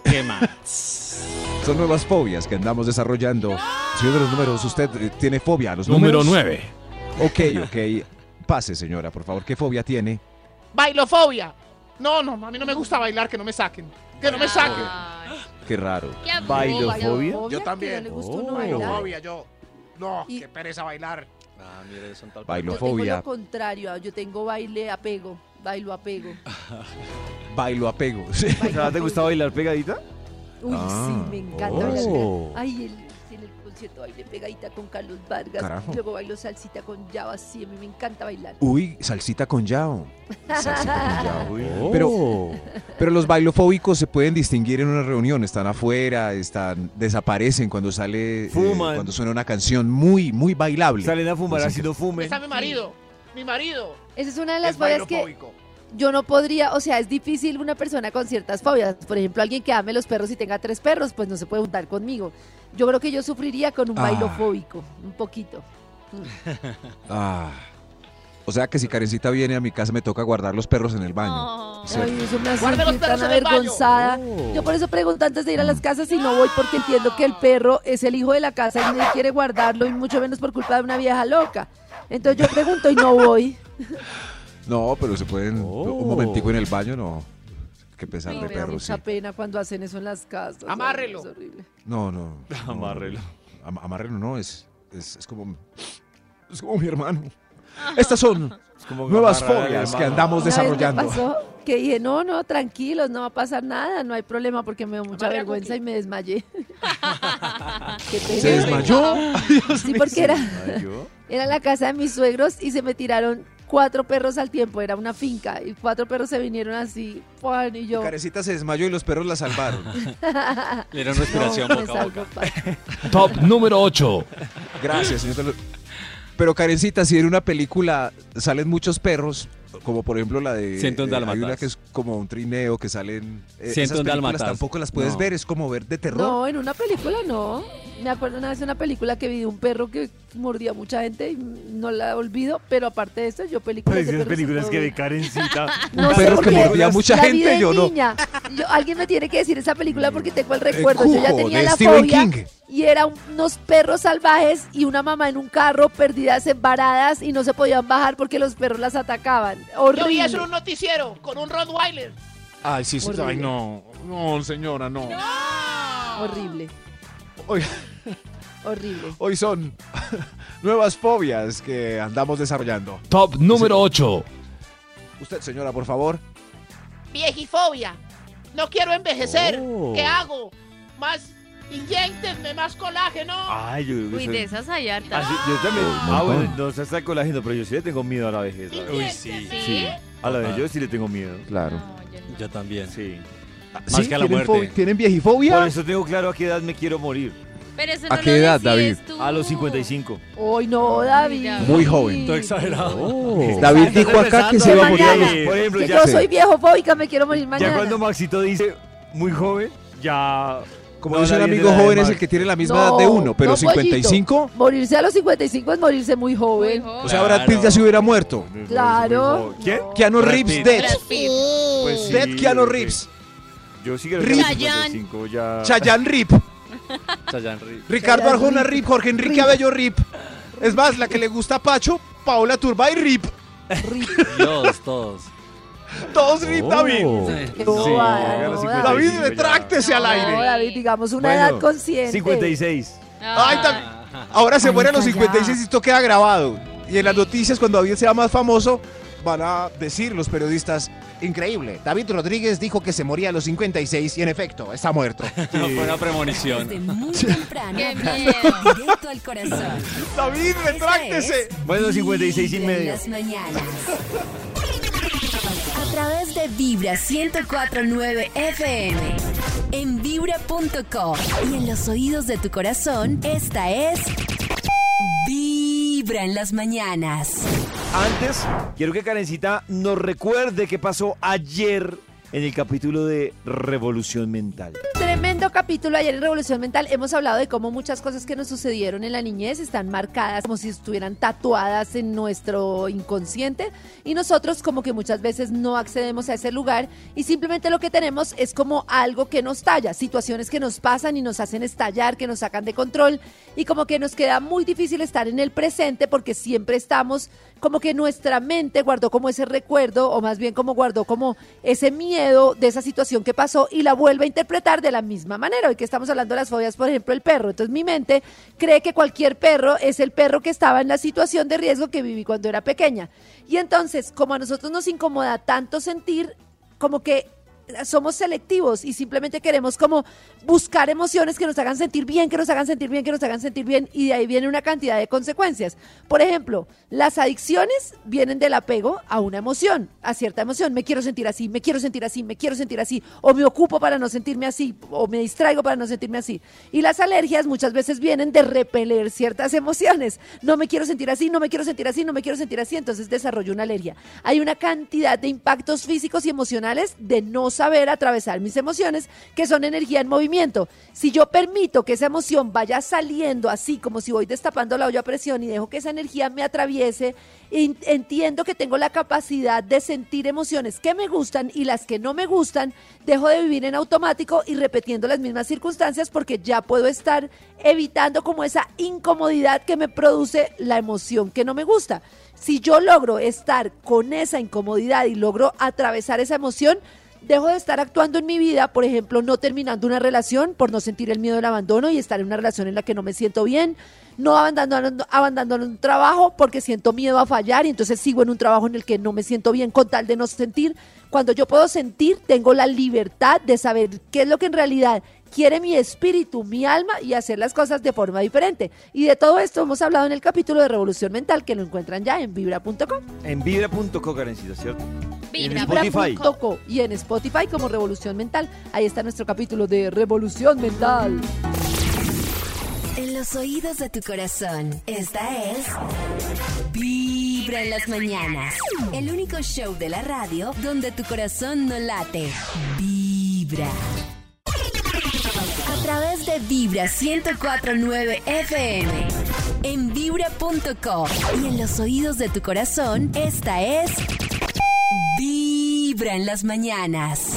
Speaker 12: Quema.
Speaker 6: Son nuevas fobias que andamos desarrollando. Señor de los números, ¿usted eh, tiene fobia a los
Speaker 8: Número
Speaker 6: números?
Speaker 8: nueve.
Speaker 6: Ok, ok. Pase, señora, por favor. ¿Qué fobia tiene?
Speaker 9: Bailofobia. No, no, a mí no me gusta bailar, que no me saquen. Que no me saquen.
Speaker 6: Qué raro.
Speaker 9: ¿Qué aburrido.
Speaker 6: ¿Bailofobia? Oh.
Speaker 9: Yo también.
Speaker 6: uno
Speaker 9: Bailofobia, yo. No, qué pereza bailar.
Speaker 12: Ah, mire, son tal
Speaker 3: Yo tengo
Speaker 6: Bailofobia.
Speaker 3: lo contrario, yo tengo baile apego, bailo apego.
Speaker 6: Bailo apego.
Speaker 2: O sea, ¿Te gusta bailar pegadita?
Speaker 3: Uy,
Speaker 2: Ah.
Speaker 3: sí, me encanta.
Speaker 2: Oh.
Speaker 3: bailar. Ay, el, en el concierto bailé pegadita con Carlos Vargas.
Speaker 6: Carajo.
Speaker 3: Luego bailo salsita con Java. Sí, a mí me encanta bailar.
Speaker 6: Uy, salsita con yao.
Speaker 2: Oh.
Speaker 6: Pero, pero los bailofóbicos se pueden distinguir en una reunión. Están afuera, están, desaparecen cuando sale, eh,
Speaker 2: Fuman.
Speaker 6: cuando suena una canción muy, muy bailable.
Speaker 2: Salen a fumar
Speaker 6: Así
Speaker 2: así
Speaker 6: que-
Speaker 2: no fumen.
Speaker 9: Está mi marido. Mi marido.
Speaker 3: Esa es una de las
Speaker 9: Es
Speaker 3: fobias que
Speaker 9: bailofóbico.
Speaker 3: yo no podría, o sea, es difícil una persona con ciertas fobias. Por ejemplo, alguien que ame los perros y tenga tres perros, pues no se puede juntar conmigo. Yo creo que yo sufriría con un
Speaker 6: Ah.
Speaker 3: bailofóbico, un poquito.
Speaker 6: Ah. O sea que si Karencita viene a mi casa me toca guardar los perros en el baño. ¿cierto?
Speaker 3: Ay, eso me hace
Speaker 9: Guarde los
Speaker 3: sentir
Speaker 9: perros
Speaker 3: tan
Speaker 9: en el baño.
Speaker 3: avergonzada.
Speaker 6: Oh.
Speaker 3: Yo por eso pregunto antes de ir a las casas si no voy porque entiendo que el perro es el hijo de la casa y nadie quiere guardarlo y mucho menos por culpa de una vieja loca. Entonces yo pregunto y no voy.
Speaker 6: No, pero se pueden
Speaker 2: Oh.
Speaker 6: un momentico en el baño, no. Qué pesar
Speaker 3: Ay,
Speaker 6: de
Speaker 3: me da
Speaker 6: perros.
Speaker 3: mucha
Speaker 6: sí.
Speaker 3: pena cuando hacen eso en las casas.
Speaker 9: Amárrelo.
Speaker 3: Es horrible.
Speaker 6: No, no. no.
Speaker 2: Amárrelo.
Speaker 6: Am- amárrelo no es, es es como es como mi hermano. Estas son Nuevas
Speaker 8: amarrar el
Speaker 6: fobias que
Speaker 8: hermano.
Speaker 6: andamos
Speaker 3: Una vez me
Speaker 6: desarrollando.
Speaker 3: pasó que dije, no, no, tranquilos, no va a pasar nada, no hay problema porque me dio mucha vergüenza y me desmayé. Qué pena.
Speaker 6: ¿Se desmayó?
Speaker 3: Sí, porque era, era la casa de mis suegros y se me tiraron cuatro perros al tiempo, era una finca y cuatro perros se vinieron así, Juan y yo.
Speaker 6: Carecita se desmayó y los perros la salvaron.
Speaker 12: Le dieron respiración
Speaker 3: No, me
Speaker 12: boca a
Speaker 3: salgo,
Speaker 12: boca.
Speaker 3: padre.
Speaker 6: Top número 8. Gracias, señor. Tolo- Pero Karencita, si en una película salen muchos perros, como por ejemplo la de...
Speaker 12: Ciento un
Speaker 6: de- Hay
Speaker 12: dálmatas.
Speaker 6: una que es como un trineo que salen... eh,
Speaker 12: Ciento
Speaker 6: esas
Speaker 12: un
Speaker 6: películas
Speaker 12: dálmatas.
Speaker 6: tampoco las puedes
Speaker 12: No.
Speaker 6: ver, es como ver de terror.
Speaker 3: No, en una película no. Me acuerdo una vez de una película que vi de un perro que mordía a mucha gente y no la olvido, pero aparte de eso, yo películas
Speaker 6: Pues
Speaker 3: de
Speaker 11: Esas
Speaker 3: perros no
Speaker 11: películas
Speaker 3: puedo
Speaker 11: que
Speaker 3: ver.
Speaker 11: ve Karencita.
Speaker 3: No
Speaker 6: Un
Speaker 3: sé
Speaker 6: perro
Speaker 3: por
Speaker 6: que
Speaker 3: qué.
Speaker 6: mordía a mucha
Speaker 3: La vi
Speaker 6: gente,
Speaker 3: de
Speaker 6: yo no. Eh,
Speaker 3: niña. Yo- alguien me tiene que decir esa película porque tengo el recuerdo. yo ya
Speaker 6: Cujo,
Speaker 3: tenía
Speaker 6: de
Speaker 3: la
Speaker 6: Stephen
Speaker 3: fobia
Speaker 6: King.
Speaker 3: y eran unos perros salvajes y una mamá en un carro perdidas, embaradas y no se podían bajar porque los perros las atacaban.
Speaker 9: Yo vi
Speaker 3: Horrible.
Speaker 9: eso en un noticiero con un Rottweiler.
Speaker 11: Ay, sí, sí. Ay,
Speaker 3: Horrible.
Speaker 11: no. No, señora, no.
Speaker 3: Horrible.
Speaker 6: Oiga.
Speaker 3: Horrible.
Speaker 6: Hoy son nuevas fobias que andamos desarrollando.
Speaker 8: Top número 8.
Speaker 6: Usted, señora, por favor.
Speaker 9: Viejifobia. No quiero envejecer.
Speaker 6: Oh.
Speaker 9: ¿Qué hago? Más inyectenme, más colágeno.
Speaker 2: Ay, yo creo que
Speaker 1: Uy,
Speaker 2: soy-
Speaker 1: de esas hay hartas.
Speaker 2: Ah, sí, yo también.
Speaker 1: Ah,
Speaker 2: Ah, bueno, no se saca colágeno, pero yo sí le tengo miedo a la vejez. la verdad.
Speaker 12: Uy, sí.
Speaker 2: Sí, a la vejez
Speaker 12: Total.
Speaker 2: yo sí le tengo miedo.
Speaker 6: Claro.
Speaker 12: Yo también.
Speaker 2: Ah, Sí.
Speaker 12: Más que a la
Speaker 6: ¿Tienen,
Speaker 12: muerte.
Speaker 6: fo- ¿Tienen viejifobia?
Speaker 2: Por eso tengo claro a qué edad me quiero morir.
Speaker 1: Pero eso
Speaker 6: ¿A
Speaker 1: no
Speaker 6: qué
Speaker 1: lo
Speaker 6: edad,
Speaker 1: decides
Speaker 6: David?
Speaker 1: tú.
Speaker 2: A los 55.
Speaker 3: Hoy no, David.
Speaker 6: Muy joven. Oh.
Speaker 12: Todo exagerado.
Speaker 6: David dijo acá que se iba a morir.
Speaker 3: mañana.
Speaker 6: a los-
Speaker 2: Por ejemplo,
Speaker 3: Que
Speaker 2: ya,
Speaker 3: yo soy viejo fóbica, me quiero morir
Speaker 2: ya
Speaker 3: mañana.
Speaker 2: cuando Maxito dice muy joven, ya.
Speaker 6: Como
Speaker 2: no
Speaker 6: dice un
Speaker 2: habla bien
Speaker 6: amigo
Speaker 2: de la de
Speaker 6: joven es el
Speaker 2: Max.
Speaker 6: que tiene la misma
Speaker 3: No,
Speaker 6: edad de uno, pero
Speaker 3: no, pollito.
Speaker 6: 55.
Speaker 3: Morirse a los 55 es morirse muy joven.
Speaker 6: O sea, Brad Pitt ya se hubiera muerto.
Speaker 3: Claro.
Speaker 2: ¿Quién?
Speaker 6: Keanu Reeves, dead.
Speaker 2: Pues sí,
Speaker 6: Dead Keanu
Speaker 2: porque
Speaker 6: Reeves.
Speaker 2: Yo sí creo que a
Speaker 6: Rip.
Speaker 2: los 55 ya.
Speaker 6: Chayanne Rip. Ricardo
Speaker 3: Chayanne
Speaker 6: Arjona
Speaker 3: Rip.
Speaker 6: Rip. Jorge Enrique
Speaker 3: Rip.
Speaker 6: Abello Rip. Es más, la que le gusta a Pacho, Paola Turbay Rip.
Speaker 12: Dios, todos. Oh.
Speaker 6: Todos Rip, David.
Speaker 3: No,
Speaker 2: Sí,
Speaker 3: ah,
Speaker 2: llegar a
Speaker 3: no,
Speaker 2: 55
Speaker 3: David,
Speaker 6: David,
Speaker 2: ya.
Speaker 6: retráctese al
Speaker 1: No.
Speaker 6: aire.
Speaker 3: No, David, digamos una
Speaker 2: Bueno,
Speaker 3: edad consciente.
Speaker 2: 56.
Speaker 6: Ay, también. Ahora se
Speaker 3: Ay,
Speaker 6: muere a los
Speaker 3: calla.
Speaker 6: 56 y esto queda grabado. Y en las noticias, cuando David sea más famoso, van a decir los periodistas, increíble, David Rodríguez dijo que se moría a los 56 y en efecto, está muerto.
Speaker 12: No, fue una premonición.
Speaker 5: Desde muy temprano.
Speaker 1: Qué miedo.
Speaker 5: Directo al corazón.
Speaker 6: David, retráctese.
Speaker 2: Bueno, 56 y
Speaker 5: Vibra en
Speaker 2: medio.
Speaker 5: las mañanas. A través de Vibra 104.9 FM. En Vibra.co. Y en los oídos de tu corazón, esta es... Vibra en las mañanas.
Speaker 2: Antes, quiero que Karencita nos recuerde qué pasó ayer en el capítulo de Revolución Mental.
Speaker 3: Tremendo capítulo ayer en Revolución Mental. Hemos hablado de cómo muchas cosas que nos sucedieron en la niñez están marcadas como si estuvieran tatuadas en nuestro inconsciente y nosotros como que muchas veces no accedemos a ese lugar y simplemente lo que tenemos es como algo que nos talla, situaciones que nos pasan y nos hacen estallar, que nos sacan de control y como que nos queda muy difícil estar en el presente porque siempre estamos como que nuestra mente guardó como ese recuerdo o más bien como guardó como ese miedo de esa situación que pasó y la vuelve a interpretar de la misma manera. Hoy que estamos hablando de las fobias, por ejemplo, el perro. Entonces mi mente cree que cualquier perro es el perro que estaba en la situación de riesgo que viví cuando era pequeña. Y entonces, como a nosotros nos incomoda tanto sentir, como que somos selectivos y simplemente queremos como buscar emociones que nos hagan sentir bien, que nos hagan sentir bien, que nos hagan sentir bien y de ahí viene una cantidad de consecuencias. Por ejemplo, las adicciones vienen del apego a una emoción, a cierta emoción. Me quiero sentir así, me quiero sentir así, me quiero sentir así o me ocupo para no sentirme así o me distraigo para no sentirme así. Y las alergias muchas veces vienen de repeler ciertas emociones. No me quiero sentir así, no me quiero sentir así, no me quiero sentir así, entonces desarrollo una alergia. Hay una cantidad de impactos físicos y emocionales de no saber atravesar mis emociones, que son energía en movimiento. Si yo permito que esa emoción vaya saliendo así, como si voy destapando la olla a presión y dejo que esa energía me atraviese, en- entiendo que tengo la capacidad de sentir emociones que me gustan y las que no me gustan, dejo de vivir en automático y repitiendo las mismas circunstancias porque ya puedo estar evitando como esa incomodidad que me produce la emoción que no me gusta. Si yo logro estar con esa incomodidad y logro atravesar esa emoción, dejo de estar actuando en mi vida, por ejemplo, no terminando una relación por no sentir el miedo del abandono y estar en una relación en la que no me siento bien, no abandonando, abandonando un trabajo porque siento miedo a fallar y entonces sigo en un trabajo en el que no me siento bien con tal de no sentir. Cuando yo puedo sentir, tengo la libertad de saber qué es lo que en realidad quiere mi espíritu, mi alma y hacer las cosas de forma diferente. Y de todo esto hemos hablado en el capítulo de Revolución Mental que lo encuentran ya en vibra.com.
Speaker 2: En vibra.co, Karencita, ¿cierto? Y en Spotify.
Speaker 3: Vibra.co y en Spotify como Revolución Mental. Ahí está nuestro capítulo de Revolución Mental.
Speaker 5: En los oídos de tu corazón, esta es Vibra en las mañanas. El único show de la radio donde tu corazón no late. Vibra. A través de Vibra 1049 FM. En vibra.co y en los oídos de tu corazón, esta es Vibra en las mañanas.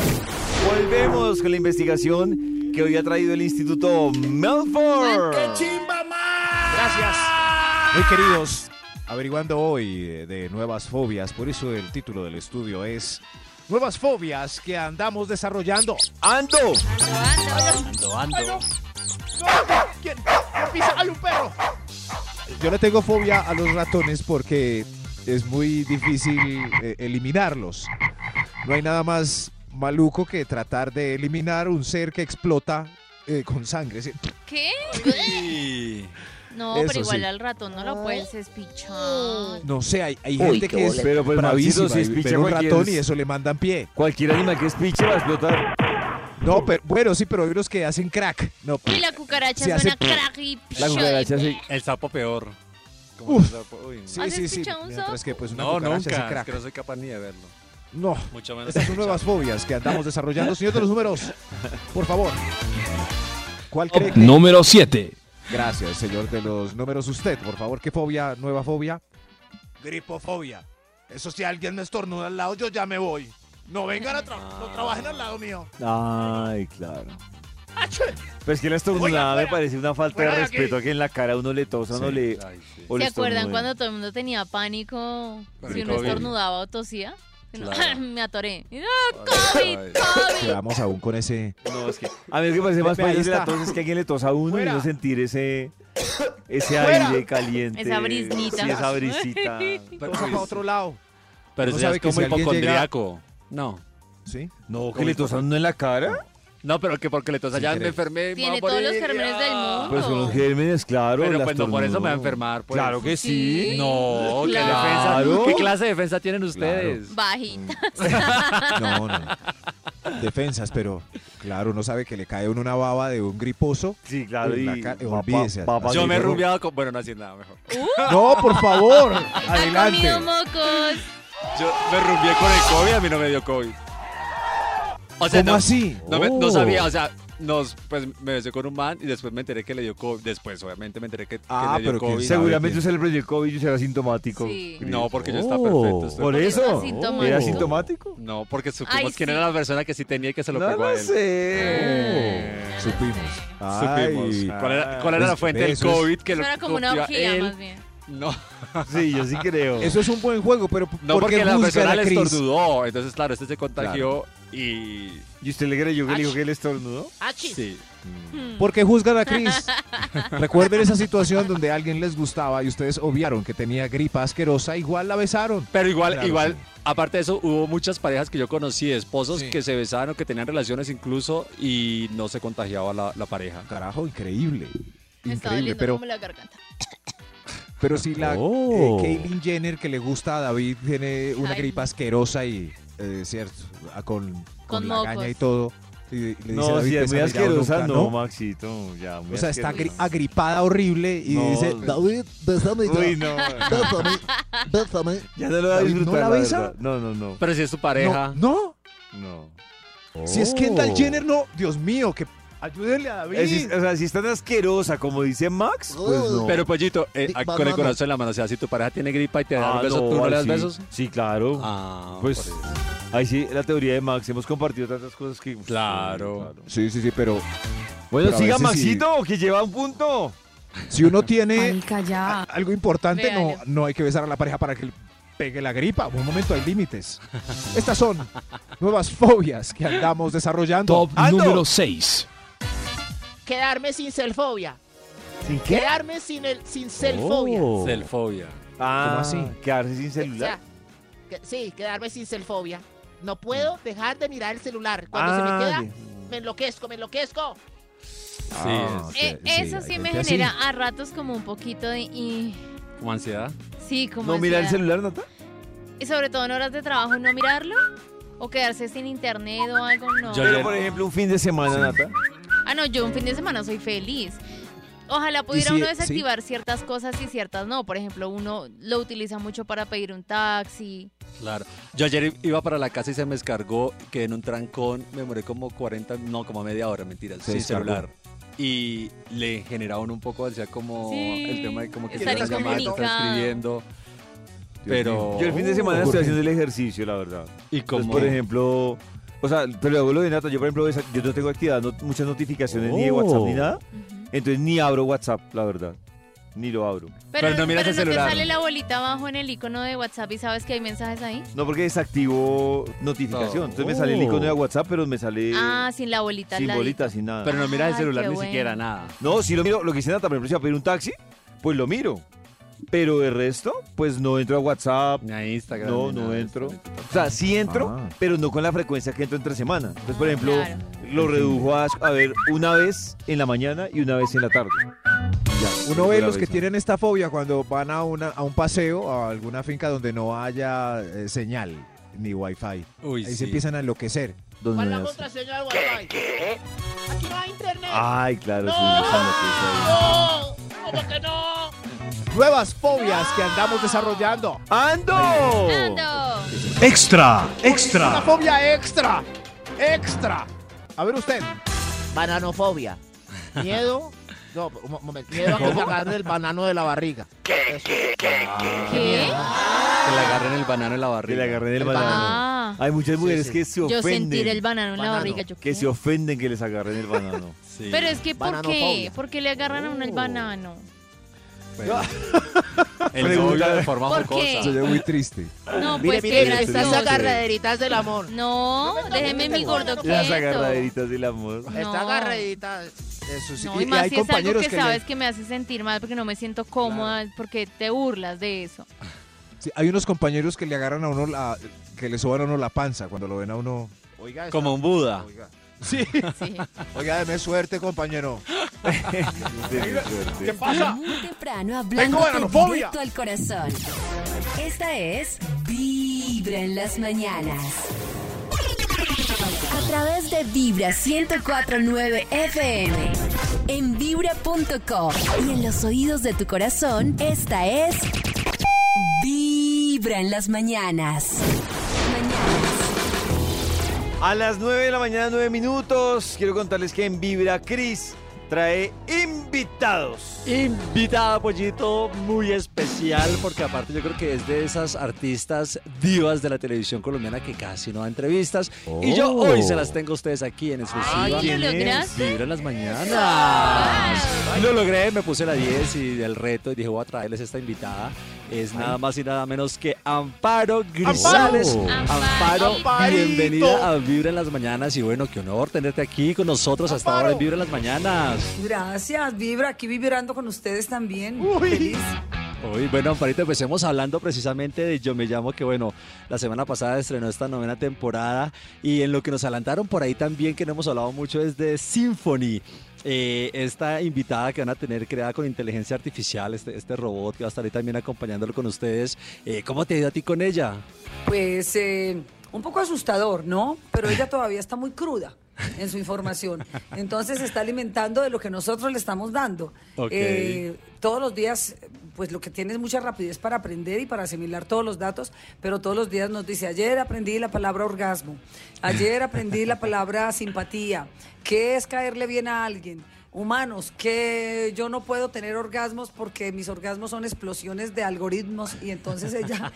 Speaker 2: Volvemos con la investigación que hoy ha traído el Instituto Melford.
Speaker 9: Gracias.
Speaker 6: Muy queridos, averiguando hoy eh, de nuevas fobias, por eso el título del estudio es Nuevas fobias que andamos desarrollando. ¡Ando!
Speaker 12: Ando, ando.
Speaker 9: ¿Quién? ¡Me pisa! ¡Hay un perro!
Speaker 6: Yo le tengo fobia a los ratones porque es muy difícil eh, eliminarlos. No hay nada más maluco que tratar de eliminar un ser que explota eh, con sangre. ¿sí?
Speaker 1: ¿Qué? No,
Speaker 6: Eso
Speaker 1: pero igual
Speaker 6: sí.
Speaker 1: al ratón no lo puedes espichar.
Speaker 6: No sé, hay, hay
Speaker 2: Uy,
Speaker 6: gente
Speaker 2: qué
Speaker 6: que es
Speaker 2: boleta. Pero, pues,
Speaker 6: bravísima
Speaker 2: Maxito, si
Speaker 6: y
Speaker 2: es
Speaker 6: ve
Speaker 2: picha
Speaker 6: un
Speaker 2: cualquier-
Speaker 6: ratón y eso le mandan pie.
Speaker 2: Cualquier animal que es piche va a explotar.
Speaker 6: No, pero bueno, sí, pero hay unos que hacen crack. No,
Speaker 1: Y la cucaracha
Speaker 6: Se hace
Speaker 1: suena
Speaker 6: pu-
Speaker 1: crack y
Speaker 6: La cucaracha sí.
Speaker 12: El sapo peor. Como
Speaker 6: Uf.
Speaker 12: el sapo, uy, no.
Speaker 6: Sí, sí, sí. Mientras que pues una
Speaker 12: no,
Speaker 6: cucaracha hace
Speaker 12: nunca. Es
Speaker 6: crack.
Speaker 12: que no soy capaz ni de verlo.
Speaker 6: No.
Speaker 12: Mucho menos.
Speaker 6: Estas son nuevas fobias que andamos desarrollando. Señor de los números, por favor. ¿Cuál
Speaker 2: Oh,
Speaker 6: cree que-
Speaker 8: Número 7.
Speaker 6: Gracias, señor de los números. Usted, por favor, ¿qué fobia, nueva fobia? Gripofobia. Eso si alguien me estornuda al lado, yo ya me voy. No vengan a trabajar, no trabajen al lado mío.
Speaker 2: Ay, claro.
Speaker 1: Ah,
Speaker 2: Pues que la estornudada me parece una falta de
Speaker 1: Fuera de aquí.
Speaker 2: respeto a que en la cara uno le tosa, no
Speaker 12: Sí,
Speaker 2: le. o le
Speaker 1: ¿Se acuerdan
Speaker 2: estornude.
Speaker 1: cuando todo el mundo tenía pánico?
Speaker 2: Con
Speaker 1: si
Speaker 2: el
Speaker 1: uno
Speaker 2: COVID.
Speaker 1: estornudaba o tosía.
Speaker 2: Claro.
Speaker 1: Me atoré. Y, ¡ah, COVID!
Speaker 6: Quedamos aún con ese.
Speaker 2: Eh, No, es que. A mí lo que parece más
Speaker 6: Ve, ahí
Speaker 2: país de la
Speaker 6: está.
Speaker 2: tos es que alguien le tosa a uno y no sentir ese. Ese
Speaker 6: Fuera.
Speaker 2: aire caliente.
Speaker 1: Esa brisnita.
Speaker 2: Sí, esa brisita.
Speaker 6: Cosa para otro lado.
Speaker 12: Pero
Speaker 6: No
Speaker 12: eso ya
Speaker 6: sabe
Speaker 12: es
Speaker 6: que
Speaker 12: como
Speaker 6: si alguien
Speaker 12: hipocondriaco. No.
Speaker 6: ¿Sí?
Speaker 2: No,
Speaker 12: que le tosan
Speaker 2: en la cara.
Speaker 12: No, pero que porque le tosan ya me
Speaker 2: Increíble.
Speaker 12: enfermé. me voy
Speaker 1: Tiene
Speaker 12: a
Speaker 1: todos los
Speaker 12: morir.
Speaker 1: gérmenes del mundo.
Speaker 2: Pues con los gérmenes, claro.
Speaker 12: Pero
Speaker 2: la
Speaker 12: pues no por eso me va a
Speaker 2: estornudo.
Speaker 12: enfermar. pues.
Speaker 2: Claro que sí.
Speaker 12: No, Oh, ¿qué,
Speaker 2: Claro.
Speaker 12: defensa- ¿qué clase de defensa tienen ustedes?
Speaker 1: Bajitas.
Speaker 6: No, no. Defensas, pero claro, uno sabe que le cae a uno una baba de un griposo.
Speaker 2: Sí, claro,
Speaker 6: En la
Speaker 2: y
Speaker 6: ca-
Speaker 2: va pa-
Speaker 6: olvídese,
Speaker 2: va pa-
Speaker 6: así
Speaker 12: Yo me he
Speaker 6: mejor.
Speaker 12: rumbeado con. Bueno, no hacía nada mejor.
Speaker 6: Mm. No, por favor,
Speaker 1: Uh. Ha
Speaker 6: adelante.
Speaker 1: comido mocos.
Speaker 12: Yo me rumbié con el COVID, a mí no me dio COVID. O
Speaker 6: ¿Cómo
Speaker 12: no,
Speaker 6: así?
Speaker 12: No, me- no
Speaker 6: Oh.
Speaker 12: sabía, o sea, nos, pues me besé con un man y después me enteré que le dio COVID. Después, obviamente, me enteré que, que
Speaker 6: Ah,
Speaker 12: le dio
Speaker 6: pero quién
Speaker 12: COVID.
Speaker 2: Seguramente usted le prendió el COVID y usted era sintomático.
Speaker 1: Sí.
Speaker 12: No, porque yo estaba
Speaker 2: Oh.
Speaker 12: perfecto. estoy
Speaker 2: Por
Speaker 12: perfecto.
Speaker 2: eso.
Speaker 1: asintomático.
Speaker 2: Era sintomático.
Speaker 12: No, porque supimos
Speaker 1: Ay,
Speaker 12: quién
Speaker 1: sí.
Speaker 12: era la persona que sí tenía y que se lo
Speaker 2: No
Speaker 12: pegó
Speaker 2: lo
Speaker 12: a él. Ah,
Speaker 2: sé.
Speaker 6: Supimos.
Speaker 12: Supimos.
Speaker 6: Ay.
Speaker 12: ¿Cuál era, cuál era la
Speaker 6: Pues,
Speaker 12: fuente del
Speaker 6: eso es-
Speaker 12: COVID que
Speaker 1: Eso
Speaker 12: lo
Speaker 1: era como una
Speaker 12: copió a
Speaker 1: orgía,
Speaker 12: él?
Speaker 1: más bien.
Speaker 12: No.
Speaker 2: Sí, yo sí creo.
Speaker 6: Eso es un buen juego, pero ¿por
Speaker 12: No, porque
Speaker 6: qué
Speaker 12: la
Speaker 6: juzgan
Speaker 12: persona
Speaker 6: a
Speaker 12: le
Speaker 6: Chris?
Speaker 12: estornudó. Entonces, claro, este se contagió y.
Speaker 2: ¿Y usted le creyó que le dijo que él estornudó?
Speaker 9: ¡Achis!
Speaker 12: Sí.
Speaker 1: Ah.
Speaker 2: Mm.
Speaker 1: Hmm.
Speaker 6: ¿Por qué juzgan a Chris? Recuerden esa situación donde a alguien les gustaba y ustedes obviaron que tenía gripa asquerosa, igual la besaron.
Speaker 12: Pero igual,
Speaker 6: Claro,
Speaker 12: igual,
Speaker 6: sí.
Speaker 12: aparte de eso, hubo muchas parejas que yo conocí, esposos
Speaker 6: Sí.
Speaker 12: que se besaban o que tenían relaciones incluso y no se contagiaba la, la pareja.
Speaker 6: Carajo, increíble.
Speaker 1: Me está
Speaker 6: Increíble,
Speaker 1: doliendo
Speaker 6: pero,
Speaker 1: como la garganta.
Speaker 6: pero si la
Speaker 8: Oh.
Speaker 6: eh, Caitlyn Jenner que le gusta a David tiene una
Speaker 1: Ay.
Speaker 6: gripa asquerosa y, eh, cierto, ah, con, con,
Speaker 1: Con
Speaker 6: la gaña
Speaker 1: mocos.
Speaker 6: y todo. y le dice
Speaker 2: No,
Speaker 6: David,
Speaker 2: si es muy
Speaker 6: "Bésame ya o
Speaker 2: asquerosa,
Speaker 6: nunca",
Speaker 2: no, Maxito. Ya, muy
Speaker 6: O sea, está agri-
Speaker 2: asquerosa.
Speaker 6: agripada horrible y
Speaker 2: No,
Speaker 6: dice,
Speaker 2: no.
Speaker 6: David, besame ya.
Speaker 2: Uy, no.
Speaker 6: Bésame, bésame".
Speaker 2: Ya no lo va a
Speaker 6: David,
Speaker 2: disfrutar.
Speaker 6: ¿No la besa?
Speaker 2: verdad. No, no, no.
Speaker 12: Pero si es tu pareja.
Speaker 6: No, no.
Speaker 2: no. Oh.
Speaker 6: Si es Kendall Jenner, no. Dios mío, que ayúdenle a David.
Speaker 2: Es- es- o sea, si es tan asquerosa como dice Max, pues no.
Speaker 12: Pero pollito, eh,
Speaker 6: Big
Speaker 12: ah, con el
Speaker 6: banana.
Speaker 12: corazón en la mano, o sea, si tu pareja tiene gripa y te da
Speaker 2: Ah,
Speaker 12: un beso, ¿tú no
Speaker 2: ahí
Speaker 12: le das
Speaker 2: sí.
Speaker 12: besos?
Speaker 2: Sí, claro.
Speaker 12: Ah,
Speaker 2: pues
Speaker 12: por eso.
Speaker 2: ahí sí, la teoría de Max. Hemos compartido tantas cosas que. pues,
Speaker 12: Claro.
Speaker 6: Sí, sí, sí, pero
Speaker 2: Bueno,
Speaker 6: Pero a
Speaker 2: siga
Speaker 6: veces sí.
Speaker 2: Maxito, que lleva un punto.
Speaker 6: si uno tiene
Speaker 7: Marica, ya.
Speaker 6: algo importante, no,
Speaker 1: Véalo.
Speaker 6: no hay que besar a la pareja para que pegue la gripa. Un momento, hay límites. Estas son nuevas fobias que andamos desarrollando. Top número 6.
Speaker 9: Quedarme sin selfobia.
Speaker 2: ¿Sin
Speaker 9: Quedarme sin, el, sin selfobia.
Speaker 12: Oh, Selfobia.
Speaker 2: Oh. Ah,
Speaker 12: así?
Speaker 2: Quedarse sin
Speaker 9: O
Speaker 2: celular.
Speaker 9: sea, que- sí, quedarme sin selfobia. No puedo dejar de mirar el celular. Cuando se
Speaker 2: Ah,
Speaker 9: me queda,
Speaker 2: bien.
Speaker 9: me enloquezco, me enloquezco.
Speaker 12: Ah,
Speaker 1: Eh,
Speaker 12: sí, sí,
Speaker 1: eso
Speaker 12: hay
Speaker 1: sí me
Speaker 12: gente así.
Speaker 1: genera a ratos como un poquito de... Y,
Speaker 12: Como ansiedad.
Speaker 1: sí, como
Speaker 2: ¿No mirar el
Speaker 1: ansiedad.
Speaker 2: celular, Nata?
Speaker 1: Y sobre todo en horas de trabajo, no mirarlo. O quedarse sin internet o algo, no.
Speaker 2: Pero, por ejemplo, un fin de semana, Nata.
Speaker 1: Ah, no, yo un fin de semana soy feliz. Ojalá pudiera
Speaker 2: si-
Speaker 1: uno
Speaker 2: sí?
Speaker 1: desactivar ciertas cosas y ciertas no. Por ejemplo, uno lo utiliza mucho para pedir un taxi.
Speaker 12: Claro. Yo ayer i- iba para la casa y se me descargó, quedé en un trancón, me demoré como 40, no, como media hora, mentira,
Speaker 6: Se
Speaker 12: sin
Speaker 6: descargó.
Speaker 12: celular. Y le generaban un poco, decía como
Speaker 1: Sí,
Speaker 12: el tema de como que
Speaker 1: estar
Speaker 12: estás llamando, estás
Speaker 1: incomunicado.
Speaker 12: escribiendo. Pero.
Speaker 2: Yo el fin de semana estoy
Speaker 12: Urgente.
Speaker 2: haciendo el ejercicio, la verdad.
Speaker 12: ¿Y
Speaker 2: Entonces,
Speaker 12: cómo?
Speaker 2: por ejemplo, o sea, pero hago lo de Nata. Yo, por ejemplo, esa- yo no tengo actividad, no- muchas notificaciones ni de WhatsApp
Speaker 12: Oh.
Speaker 2: ni nada. Entonces ni abro WhatsApp, la verdad. Ni lo abro.
Speaker 1: Pero, pero no te sale la bolita abajo en el icono de WhatsApp y sabes que hay mensajes ahí.
Speaker 2: No, porque desactivo notificación. Entonces me sale el icono de
Speaker 12: Oh.
Speaker 2: Whatsable, pero me sale
Speaker 1: ah, sin la bolita. al
Speaker 2: sin
Speaker 1: ladito.
Speaker 2: bolita, sin nada.
Speaker 12: Pero no miras el
Speaker 1: Ay,
Speaker 12: celular
Speaker 1: qué
Speaker 12: ni
Speaker 1: bueno.
Speaker 12: siquiera nada.
Speaker 2: No, si lo miro, lo que hice Nata, por ejemplo, si va a pedir un taxi, pues lo miro. Pero de resto, pues no entro a WhatsApp.
Speaker 12: Ni a Instagram.
Speaker 2: No,
Speaker 12: ni
Speaker 2: no
Speaker 12: nada de
Speaker 2: entro. O sea, sí entro, pero no con la frecuencia que entro entre semana. Entonces, por ejemplo,
Speaker 1: Ah. claro.
Speaker 2: lo redujo a, a ver una vez en la mañana y una vez en la tarde. Ya,
Speaker 6: Uno ve
Speaker 2: otra
Speaker 6: los
Speaker 2: vez,
Speaker 6: que
Speaker 2: ¿no?
Speaker 6: tienen esta fobia cuando van a, una, a un paseo, a alguna finca donde no haya eh, señal ni wifi.
Speaker 12: Uy,
Speaker 6: Ahí
Speaker 12: sí.
Speaker 6: se empiezan a enloquecer.
Speaker 9: ¿Cuál la contraseña del Wi-Fi? Aquí no hay internet.
Speaker 12: Ah.
Speaker 2: Ay, claro, sí.
Speaker 9: No.
Speaker 2: esa noticia ahí.
Speaker 9: No, ¿cómo que no?
Speaker 6: Nuevas fobias que andamos desarrollando.
Speaker 2: ¡Ando!
Speaker 1: Ando.
Speaker 13: Extra,
Speaker 6: Una
Speaker 13: extra.
Speaker 6: fobia extra. Extra. A ver usted.
Speaker 9: Bananofobia. Miedo. No, un mo- momento. Miedo a que me agarre el banano de la barriga. Eso.
Speaker 1: ¿Qué?
Speaker 2: Ah,
Speaker 12: Que le agarren el banano en la barriga. Ah.
Speaker 2: Que le agarren el, banano.
Speaker 1: banano.
Speaker 2: Hay muchas mujeres que se
Speaker 1: Ah. Yo
Speaker 2: ofenden.
Speaker 1: sentir el banano en la
Speaker 2: Banano.
Speaker 1: barriga. Yo,
Speaker 2: Que
Speaker 1: ¿qué?
Speaker 2: se ofenden que les agarren el banano. sí.
Speaker 1: Pero es que, ¿por qué?
Speaker 9: Bananofobia.
Speaker 1: ¿Por qué le agarran a uno el
Speaker 2: Oh.
Speaker 1: banano?
Speaker 12: pues.
Speaker 2: Ah.
Speaker 12: El novio de forma
Speaker 1: ¿Por
Speaker 12: jocosa.
Speaker 1: qué?
Speaker 6: Se ve muy triste.
Speaker 1: No,
Speaker 9: Mire,
Speaker 1: pues
Speaker 9: mire,
Speaker 1: qué
Speaker 9: mire, estas
Speaker 1: gracioso.
Speaker 9: agarraderitas del amor.
Speaker 1: No, déjeme mi gordo
Speaker 2: Las
Speaker 1: quieto.
Speaker 2: agarraderitas del amor.
Speaker 9: Está
Speaker 1: No.
Speaker 9: agarradita. Eso sí.
Speaker 1: No, y,
Speaker 6: y
Speaker 1: más
Speaker 6: hay
Speaker 1: si es algo
Speaker 6: compañeros
Speaker 1: que,
Speaker 6: que le-
Speaker 1: sabes que me hace sentir mal porque no me siento cómoda, porque te burlas de eso.
Speaker 6: Sí, hay unos compañeros que le agarran a uno la, que le soban a uno la panza cuando lo ven a uno.
Speaker 9: Oiga,
Speaker 12: Como un Buda.
Speaker 6: Sí. Oiga, deme suerte, compañero.
Speaker 12: ¿Qué
Speaker 5: pasa? Muy temprano hablando directo al corazón. Esta es Vibra en las mañanas. A través de Vibra 104.9 FM. En vibra.com y en los oídos de tu corazón, esta es Vibra en las mañanas.
Speaker 2: A las 9 de la mañana, 9 minutos, quiero contarles que en Vibra Cris trae invitados.
Speaker 12: Invitada Pollito muy especial porque aparte yo creo que es de esas artistas divas de la televisión colombiana que casi no da entrevistas y yo hoy se las tengo a ustedes aquí en exclusiva.
Speaker 1: Ay, ¿lo ¿quién es? lograste?
Speaker 12: Vibra en las mañanas. Lo logré, me puse la 10 y el reto y dije voy a traerles esta invitada. Es nada más y nada menos que Amparo Grisales. Amparo,
Speaker 9: Amparito.
Speaker 12: bienvenida a Vibra en las mañanas y bueno, qué honor tenerte aquí con nosotros hasta ahora en Vibra en las mañanas.
Speaker 14: Gracias, Vibra, aquí vibrando con ustedes también. Feliz.
Speaker 12: Uy, bueno, Amparito, empecemos hablando precisamente de Yo Me Llamo, que bueno, la semana pasada estrenó esta novena temporada y en lo que nos adelantaron por ahí también, que no hemos hablado mucho, es de Symphony. Eh, esta invitada que van a tener creada con inteligencia artificial, este, este robot que va a estar ahí también acompañándolo con ustedes. Eh, ¿Cómo te ha ido a ti con ella?
Speaker 14: Pues eh, un poco asustador, ¿no? Pero ella todavía está muy cruda en su información. Entonces se está alimentando de lo que nosotros le estamos dando. Eh,
Speaker 12: Ok.
Speaker 14: todos los días, pues lo que tiene es mucha rapidez para aprender y para asimilar todos los datos, pero todos los días nos dice, ayer aprendí la palabra orgasmo, ayer aprendí la palabra simpatía, ¿qué es caerle bien a alguien? Humanos, que yo no puedo tener orgasmos porque mis orgasmos son explosiones de algoritmos y entonces ella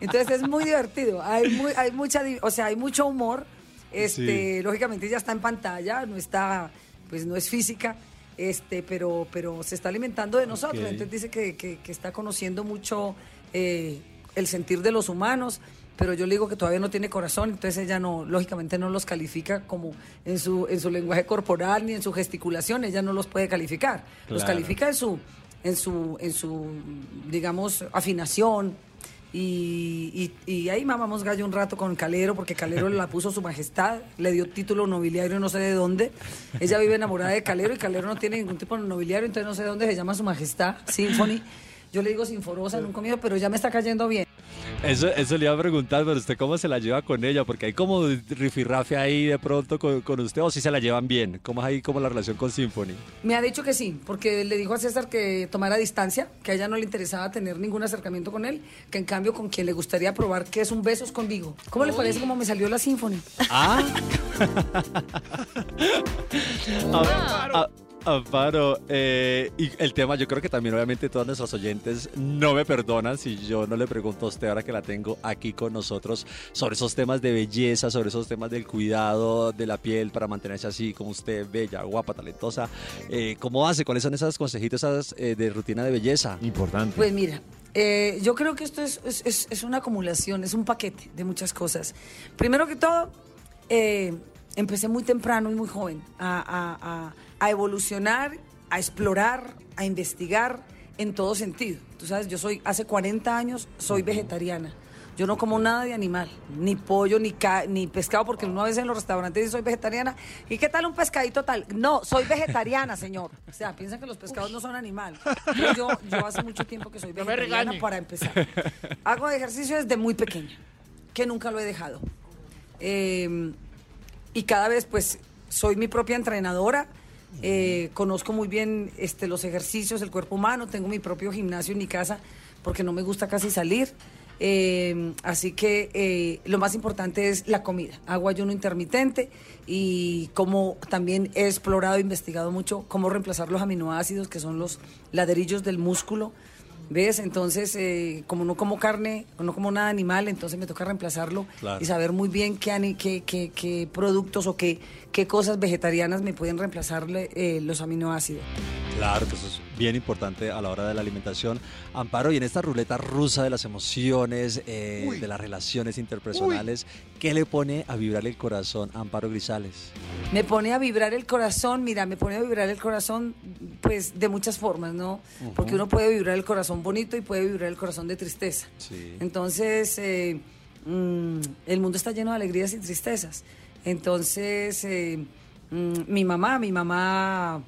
Speaker 14: entonces es muy divertido. Hay, muy, hay mucha, di- o sea, hay mucho humor. Este, lógicamente ella está en pantalla, no está, pues no es física, este, pero, pero se está alimentando de nosotros.
Speaker 12: Ok.
Speaker 14: Entonces dice que, que- que está conociendo mucho eh, el sentir de los humanos, pero yo le digo que todavía no tiene corazón, entonces ella no, lógicamente no los califica como en su, en su lenguaje corporal ni en su gesticulación, ella no los puede calificar, los
Speaker 13: Claro.
Speaker 14: califica en su, en su, en su, digamos, afinación. Y, y- y ahí mamamos gallo un rato con Calero, porque Calero la puso su majestad, le dio título nobiliario no sé de dónde. Ella vive enamorada de Calero y Calero no tiene ningún tipo de nobiliario, entonces no sé de dónde se llama su majestad, Symphony. Yo le digo sinforosa en un comienzo, pero ya me está cayendo bien.
Speaker 12: Eso, eso le iba a preguntar, pero usted cómo se la lleva con ella, porque hay como rifirrafe ahí de pronto con, con usted, o si se la llevan bien. ¿Cómo es ahí como la relación con Symphony?
Speaker 14: Me ha dicho que sí, porque le dijo a César que tomara distancia, que a ella no le interesaba tener ningún acercamiento con él, que en cambio con quien le gustaría probar que es un beso es conmigo. ¿Cómo le
Speaker 12: Uy.
Speaker 14: parece cómo me salió la Symphony?
Speaker 12: Ah. A- a- Amparo, eh, y el tema, yo creo que también obviamente todos nuestros oyentes no me perdonan si yo no le pregunto a usted ahora que la tengo aquí con nosotros sobre esos temas de belleza, sobre esos temas del cuidado de la piel para mantenerse así como usted, bella, guapa, talentosa. Eh, ¿Cómo hace? ¿Cuáles son esas consejitos esas, eh, de rutina de belleza?
Speaker 2: Importante.
Speaker 14: Pues mira, eh, yo creo que esto es, es- es- es una acumulación, es un paquete de muchas cosas. Primero que todo, eh, empecé muy temprano y muy joven a, a- a- a evolucionar, a explorar, a investigar en todo sentido. Tú sabes, yo soy, hace 40 años soy vegetariana. Yo no como nada de animal, ni pollo, ni, ca- ni pescado, porque uno a veces en los restaurantes dice soy vegetariana. ¿Y qué tal un pescadito tal? No, soy vegetariana, señor. O sea, piensan que los pescados no son animal. Pero yo, yo hace mucho tiempo que soy
Speaker 9: me
Speaker 14: vegetariana
Speaker 9: regañe.
Speaker 14: para empezar. Hago ejercicio desde muy pequeña, que nunca lo he dejado. Eh, y cada vez, pues, soy mi propia entrenadora. eh, conozco muy bien este, los ejercicios, el cuerpo humano. Tengo mi propio gimnasio en mi casa porque no me gusta casi salir. Eh, así que eh, lo más importante es la comida. Hago ayuno intermitente y como también he explorado, e investigado mucho cómo reemplazar los aminoácidos, que son los ladrillos del músculo. ¿Ves? Entonces, eh, como no como carne, no como nada animal, entonces me toca reemplazarlo
Speaker 13: Claro.
Speaker 14: y saber muy bien qué, ani- qué, qué- qué productos o qué, qué cosas vegetarianas me pueden reemplazar los aminoácidos.
Speaker 12: Claro, que eso es bien importante a la hora de la alimentación. Amparo, y en esta ruleta rusa de las emociones, eh, de las relaciones interpersonales, ¿qué le pone a vibrar el corazón a Amparo Grisales?
Speaker 14: Me pone a vibrar el corazón, mira, me pone a vibrar el corazón, pues, de muchas formas, ¿no?
Speaker 12: Ujú.
Speaker 14: Porque uno puede vibrar el corazón bonito y puede vibrar el corazón de tristeza.
Speaker 12: Sí.
Speaker 14: Entonces, eh, mm, el mundo está lleno de alegrías y tristezas. Entonces, eh, mm, mi mamá, mi mamá,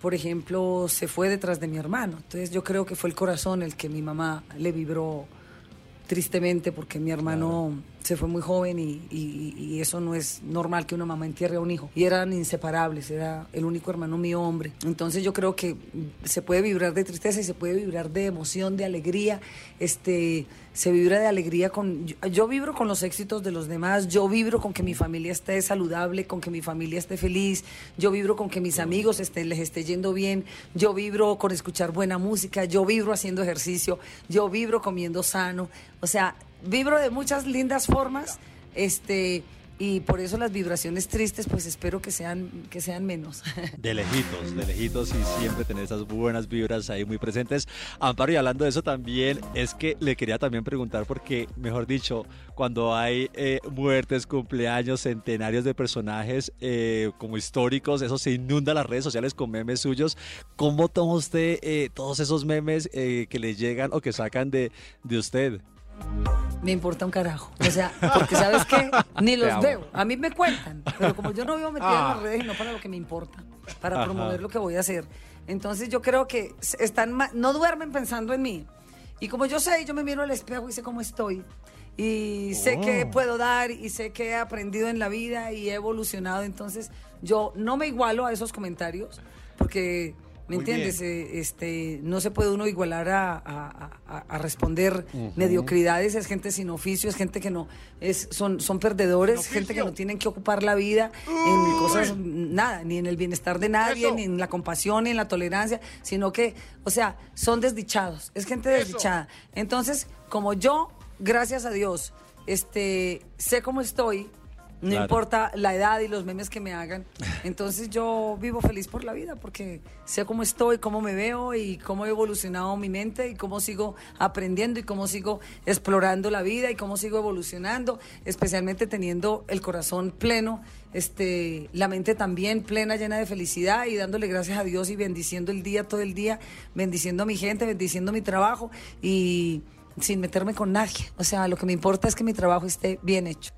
Speaker 14: por ejemplo, se fue detrás de mi hermano. Entonces, yo creo que fue el corazón el que mi mamá le vibró tristemente porque mi hermano se fue muy joven y, y- y eso no es normal que una mamá entierre a un hijo. Y eran inseparables, era el único hermano mío hombre. Entonces yo creo que mm, se puede vibrar de tristeza y se puede vibrar de emoción, de alegría. Este, se vibra de alegría con... Yo, yo vibro con los éxitos de los demás, yo vibro con que mi familia esté saludable, con que mi familia esté feliz, yo vibro con que mis amigos estén, les esté yendo bien, yo vibro con escuchar buena música, yo vibro haciendo ejercicio, yo vibro comiendo sano. O sea, vibro de muchas lindas formas, este, y por eso las vibraciones tristes, pues espero que sean, que sean menos.
Speaker 12: De lejitos, de lejitos y siempre tener esas buenas vibras ahí muy presentes. Amparo, y hablando de eso también, es que le quería también preguntar porque, mejor dicho, cuando hay eh, muertes, cumpleaños, centenarios de personajes eh, como históricos, eso se inunda las redes sociales con memes suyos. ¿Cómo toma usted eh, todos esos memes eh, que le llegan o que sacan de, de usted?
Speaker 14: me importa un carajo. O sea, porque sabes que ni
Speaker 12: Te
Speaker 14: los
Speaker 12: amo.
Speaker 14: veo. A mí me cuentan, pero como yo no vivo metida en
Speaker 13: Ah.
Speaker 14: las redes, no para lo que me importa, para
Speaker 13: Ajá.
Speaker 14: promover lo que voy a hacer. Entonces yo creo que s- están ma- no duermen pensando en mí. Y como yo sé, yo me miro al espejo y sé cómo estoy. Y sé
Speaker 13: Oh.
Speaker 14: qué puedo dar y sé que he aprendido en la vida y he evolucionado. Entonces yo no me igualo a esos comentarios porque, ¿me
Speaker 13: Muy
Speaker 14: entiendes? Eh, este, no se puede uno igualar a- a- a- a responder
Speaker 13: Ujú.
Speaker 14: mediocridades, es gente sin oficio, es gente que no, es, son, son perdedores, gente que no tienen que ocupar la vida en cosas, nada, ni en el bienestar de nadie, ni en la compasión, ni en la tolerancia, sino que, o sea, son desdichados, es gente desdichada. Entonces, como yo, gracias a Dios, este, sé cómo estoy, No
Speaker 12: Claro.
Speaker 14: importa la edad y los memes que me hagan. Entonces yo vivo feliz por la vida porque sé cómo estoy, cómo me veo y cómo he evolucionado mi mente y cómo sigo aprendiendo y cómo sigo explorando la vida y cómo sigo evolucionando, especialmente teniendo el corazón pleno, este, la mente también plena, llena de felicidad y dándole gracias a Dios y bendiciendo el día todo el día, bendiciendo a mi gente, bendiciendo mi trabajo y sin meterme con nadie. O sea, lo que me importa es que mi trabajo esté bien hecho.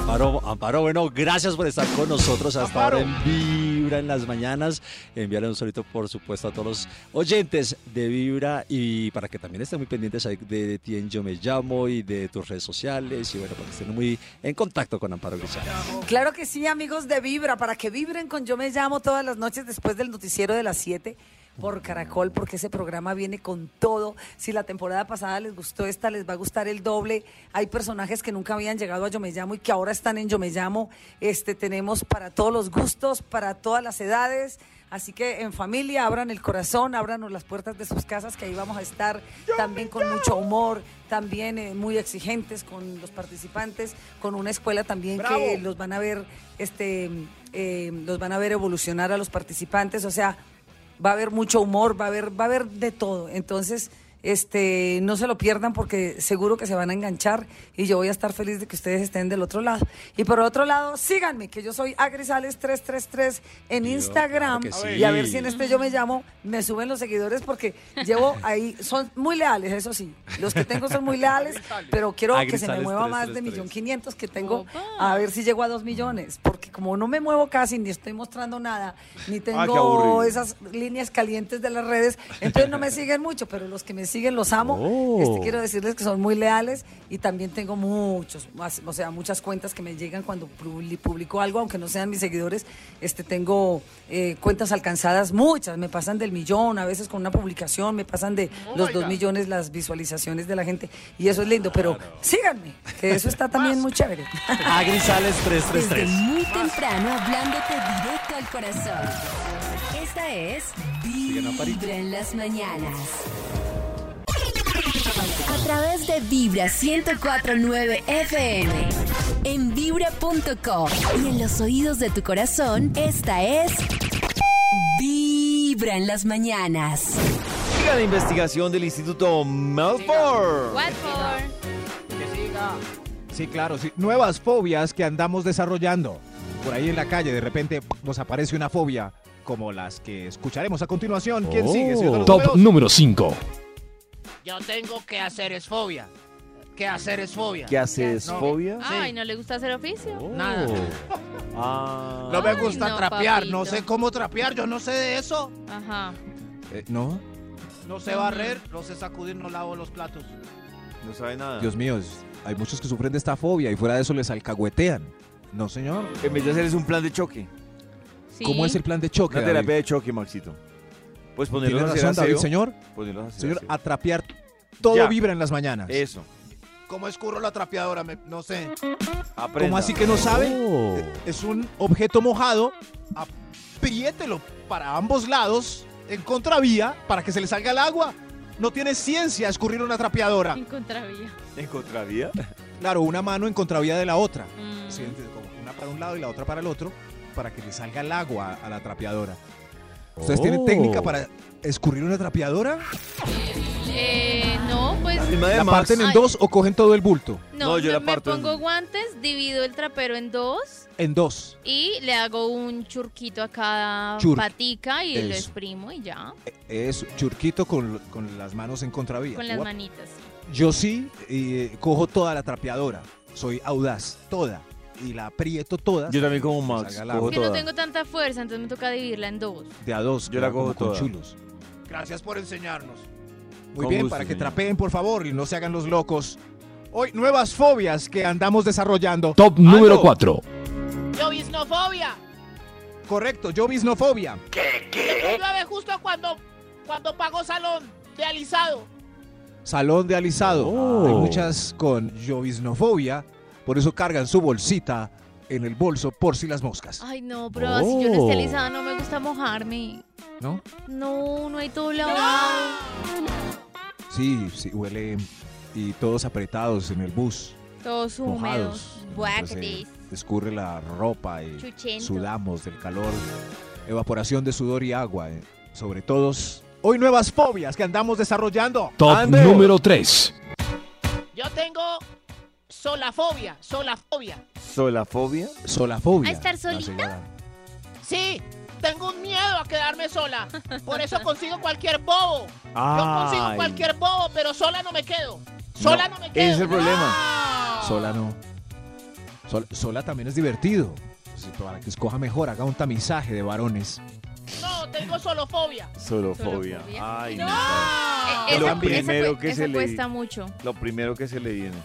Speaker 12: Amparo, Amparo, bueno, gracias por estar con nosotros hasta ahora en Vibra en las mañanas. Enviarle un solito, por supuesto, a todos los oyentes de Vibra y para que también estén muy pendientes ahí de, de ti en Yo Me Llamo y de tus redes sociales y bueno, para que estén muy en contacto con Amparo Grisales.
Speaker 14: Claro que sí, amigos de Vibra, para que vibren con Yo Me Llamo todas las noches después del noticiero de las 7 por Caracol, porque ese programa viene con todo. Si la temporada pasada les gustó esta, les va a gustar el doble. Hay personajes que nunca habían llegado a Yo Me Llamo y que ahora están en Yo Me Llamo. Este, tenemos para todos los gustos, para todas las edades. Así que en familia, abran el corazón, ábranos las puertas de sus casas, que ahí vamos a estar también con mucho humor, también eh, muy exigentes con los participantes, con una escuela también que
Speaker 13: Bravo.
Speaker 14: los van a ver, este, eh, los van a ver evolucionar a los participantes. O sea, va a haber mucho humor, va a haber, va a haber de todo. Entonces, este, no se lo pierdan porque seguro que se van a enganchar y yo voy a estar feliz de que ustedes estén del otro lado. Y por otro lado, síganme, que yo soy agrisales333 en Instagram
Speaker 12: claro que sí.
Speaker 14: y a ver si en este yo me llamo, me suben los seguidores porque llevo ahí, son muy leales, eso sí, los que tengo son muy leales, pero quiero que se me mueva más de millón 500 que tengo, a ver si llego a 2 millones, porque como no me muevo casi, ni estoy mostrando nada, ni
Speaker 13: Ah, qué
Speaker 14: tengo
Speaker 13: aburrido.
Speaker 14: esas líneas calientes de las redes, entonces no me siguen mucho, pero los que me siguen los amo.
Speaker 2: Oh.
Speaker 14: Este, quiero decirles que son muy leales y también tengo muchos, más- o sea, muchas cuentas que me llegan cuando publi- publico algo, aunque no sean mis seguidores, este, tengo eh, cuentas alcanzadas muchas, me pasan del millón, a veces con una publicación me pasan de los dos millones las visualizaciones de la gente y eso es lindo, pero síganme, que eso está también muy chévere.
Speaker 12: Agrisales
Speaker 5: Desde
Speaker 12: 333.
Speaker 5: muy temprano hablándote directo al corazón. Esta es
Speaker 12: Sigan a Parito.
Speaker 5: Vibra en las mañanas. A través de Vibra 1049 FM. En vibra.com y en los oídos de tu corazón, esta es Vibra en las mañanas.
Speaker 2: Siga la investigación del Instituto Melford.
Speaker 6: Sí, claro, sí. Nuevas fobias que andamos desarrollando. Por ahí en la calle de repente nos aparece una fobia como las que escucharemos a continuación. ¿Quién sigue? señor de los
Speaker 8: Top
Speaker 6: números?
Speaker 8: número 5.
Speaker 9: Yo tengo que hacer es fobia. Que hacer es fobia.
Speaker 2: ¿Qué hace es
Speaker 9: No.
Speaker 2: fobia?
Speaker 1: Ay, ¿no le gusta hacer oficio?
Speaker 9: Nada.
Speaker 2: Ah.
Speaker 9: No me gusta
Speaker 1: Ay, no,
Speaker 9: trapear, no
Speaker 1: papito.
Speaker 9: sé cómo trapear, yo no sé de eso.
Speaker 1: Ajá.
Speaker 6: Eh, no,
Speaker 9: No sé barrer, no sé sacudir, no lavo los platos.
Speaker 2: No sabe nada.
Speaker 6: Dios mío, es- hay muchos que sufren de esta fobia y fuera de eso les alcahuetean. No, señor.
Speaker 2: En vez de hacer es un plan de choque.
Speaker 6: ¿Cómo es el plan de choque?
Speaker 2: Una
Speaker 6: David?
Speaker 2: terapia de choque, Maxito. Pues ponerlos
Speaker 6: Tiene
Speaker 2: a hacer
Speaker 6: razón, David,
Speaker 2: aseo.
Speaker 6: señor.
Speaker 2: Ponerlos a hacer
Speaker 6: Señor,
Speaker 2: aseo.
Speaker 6: atrapear todo
Speaker 2: Ya.
Speaker 6: vibra en las mañanas.
Speaker 2: Eso.
Speaker 9: ¿Cómo escurro la trapeadora? Me- no sé.
Speaker 2: Aprenda.
Speaker 6: ¿Cómo así que no sabe?
Speaker 2: Oh.
Speaker 6: Es un objeto mojado. Apriételo para ambos lados en contravía para que se le salga el agua. No tiene ciencia escurrir una trapeadora.
Speaker 1: En contravía.
Speaker 2: ¿En contravía?
Speaker 6: Claro, una mano en contravía de la otra.
Speaker 1: Mm.
Speaker 6: Sí, entiendo, como una para un lado y la otra para el otro para que le salga el agua a la trapeadora. ¿Ustedes tienen
Speaker 2: Oh.
Speaker 6: técnica para escurrir una trapeadora?
Speaker 1: Eh, no, pues.
Speaker 6: ¿La parten en
Speaker 1: Ay,
Speaker 6: dos o cogen todo el bulto?
Speaker 1: No, yo me pongo guantes, divido el trapero en dos
Speaker 6: en dos.
Speaker 1: y le hago un churquito a cada
Speaker 6: Chur-
Speaker 1: patica y lo
Speaker 6: Eso.
Speaker 1: exprimo y ya.
Speaker 6: Es churquito con, con las manos en contravía.
Speaker 1: Con las
Speaker 6: Guap.
Speaker 1: manitas.
Speaker 6: Yo sí eh, cojo toda la trapeadora. Soy audaz, toda. Y la aprieto toda.
Speaker 2: Yo también como Max,
Speaker 6: Salga
Speaker 2: cojo
Speaker 6: el agua.
Speaker 1: Que no tengo tanta fuerza, entonces me toca dividirla en dos.
Speaker 6: De a dos.
Speaker 2: Yo la
Speaker 6: como
Speaker 2: cojo
Speaker 6: con
Speaker 2: toda.
Speaker 6: chulos.
Speaker 9: Gracias por enseñarnos.
Speaker 6: Muy
Speaker 2: Con
Speaker 6: bien,
Speaker 2: gusto,
Speaker 6: para que
Speaker 2: señor.
Speaker 6: trapeen, por favor, y no se hagan los locos. Hoy, nuevas fobias que andamos desarrollando.
Speaker 8: Top número 4.
Speaker 9: Yo visnofobia.
Speaker 6: Correcto, yo bisnofobia.
Speaker 9: Me llueve justo cuando, cuando pago salón de alisado.
Speaker 6: Salón de alisado.
Speaker 2: Oh.
Speaker 6: Hay muchas con yovisnofobia, por eso cargan su bolsita en el bolso por si las moscas.
Speaker 1: Ay, no, pero si yo no
Speaker 6: Oh.
Speaker 1: esté alisada no me gusta mojarme.
Speaker 6: ¿No?
Speaker 1: No, no hay todo lavado.
Speaker 6: Sí, sí, huele y todos apretados en el bus.
Speaker 1: Todos húmedos.
Speaker 6: mojados. Entonces,
Speaker 1: Guacris.
Speaker 6: eh, escurre la ropa y
Speaker 1: Chuchento.
Speaker 6: sudamos del calor. Evaporación de sudor y agua, eh, sobre todos. Hoy nuevas fobias que andamos desarrollando.
Speaker 8: Top
Speaker 6: Ande.
Speaker 8: número 3.
Speaker 9: Yo tengo solafobia, solafobia.
Speaker 2: ¿Solafobia?
Speaker 6: Solafobia.
Speaker 9: ¿A estar solita? Sí, tengo un miedo a quedarme sola. Por eso consigo cualquier bobo. Yo consigo
Speaker 2: Ay.
Speaker 9: cualquier bobo, pero sola no me quedo. Sola no, me quedo.
Speaker 6: ese es el problema. Sola no. Sol- sola también es divertido. Sí, Para que escoja mejor, haga un tamizaje de varones.
Speaker 9: No, tengo solofobia.
Speaker 2: Solofobia. Ay, no.
Speaker 1: Eh,
Speaker 2: Lo
Speaker 1: esa-
Speaker 2: primero
Speaker 1: esa cu-
Speaker 2: que
Speaker 1: esa
Speaker 2: se le-
Speaker 1: cuesta mucho.
Speaker 2: Lo primero que se le viene.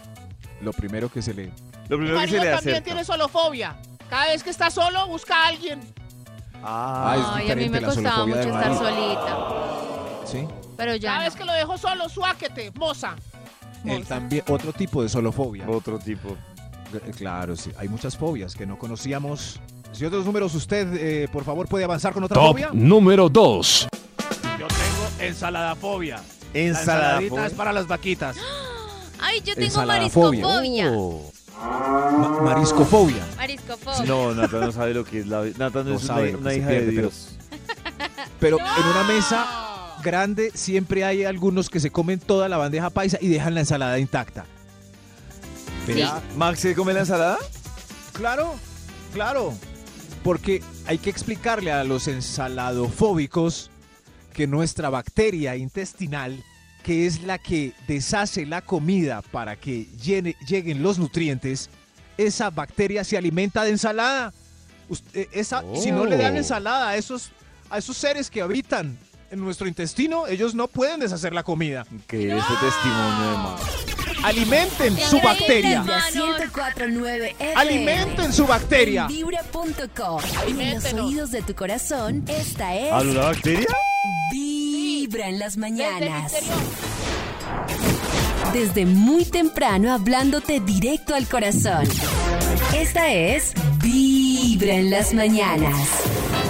Speaker 6: Lo primero que se le.
Speaker 2: Lo primero que
Speaker 9: Mario
Speaker 2: se le
Speaker 9: también
Speaker 2: hace.
Speaker 9: tiene solofobia. Cada vez que está solo, busca a alguien.
Speaker 2: Ah.
Speaker 1: Ay, a mí me costaba mucho estar solita.
Speaker 6: Sí.
Speaker 1: Pero ya.
Speaker 9: Cada vez que lo dejo solo, suáquete, moza.
Speaker 6: Él también, otro tipo de solofobia.
Speaker 2: Otro tipo.
Speaker 6: Claro, sí. Hay muchas fobias que no conocíamos. Si otros números usted, eh, por favor, puede avanzar con otra
Speaker 8: Top
Speaker 6: fobia.
Speaker 8: número 2.
Speaker 11: Yo tengo ensaladafobia.
Speaker 6: Ensaladafobia.
Speaker 11: Ensaladita es para las vaquitas.
Speaker 1: Ay, yo tengo
Speaker 6: Ensaladafobia.
Speaker 1: mariscofobia.
Speaker 6: Oh. Ma- mariscofobia.
Speaker 1: Mariscofobia.
Speaker 2: No, Nata no sabe lo que es la. Nata no,
Speaker 6: No
Speaker 2: es
Speaker 6: sabe
Speaker 2: una,
Speaker 6: lo que
Speaker 2: una
Speaker 6: se
Speaker 2: hija
Speaker 6: pierde,
Speaker 2: de
Speaker 6: pero-
Speaker 2: Dios.
Speaker 6: Pero en una mesa grande siempre hay algunos que se comen toda la bandeja paisa y dejan la ensalada intacta. Verá,
Speaker 2: ¿Max se come la ensalada?
Speaker 6: Claro, claro. Porque hay que explicarle a los ensaladofóbicos que nuestra bacteria intestinal, que es la que deshace la comida para que llene- lleguen los nutrientes, esa bacteria se alimenta de ensalada. Us- eh, esa, Si no le dan
Speaker 8: Oh.
Speaker 6: ensalada a esos, a esos seres que habitan en nuestro intestino, ellos no pueden deshacer la comida.
Speaker 2: Que este testimonio de Max.
Speaker 6: Alimenten su bacteria.
Speaker 5: Vibra 1049 FM.
Speaker 6: Alimenten su bacteria.
Speaker 5: En Vibra.com. Y en los oídos de tu corazón, esta es.
Speaker 2: ¿Habla una bacteria?
Speaker 5: Vibra en las mañanas. Desde muy temprano hablándote directo al corazón. Esta es Vibra en las mañanas.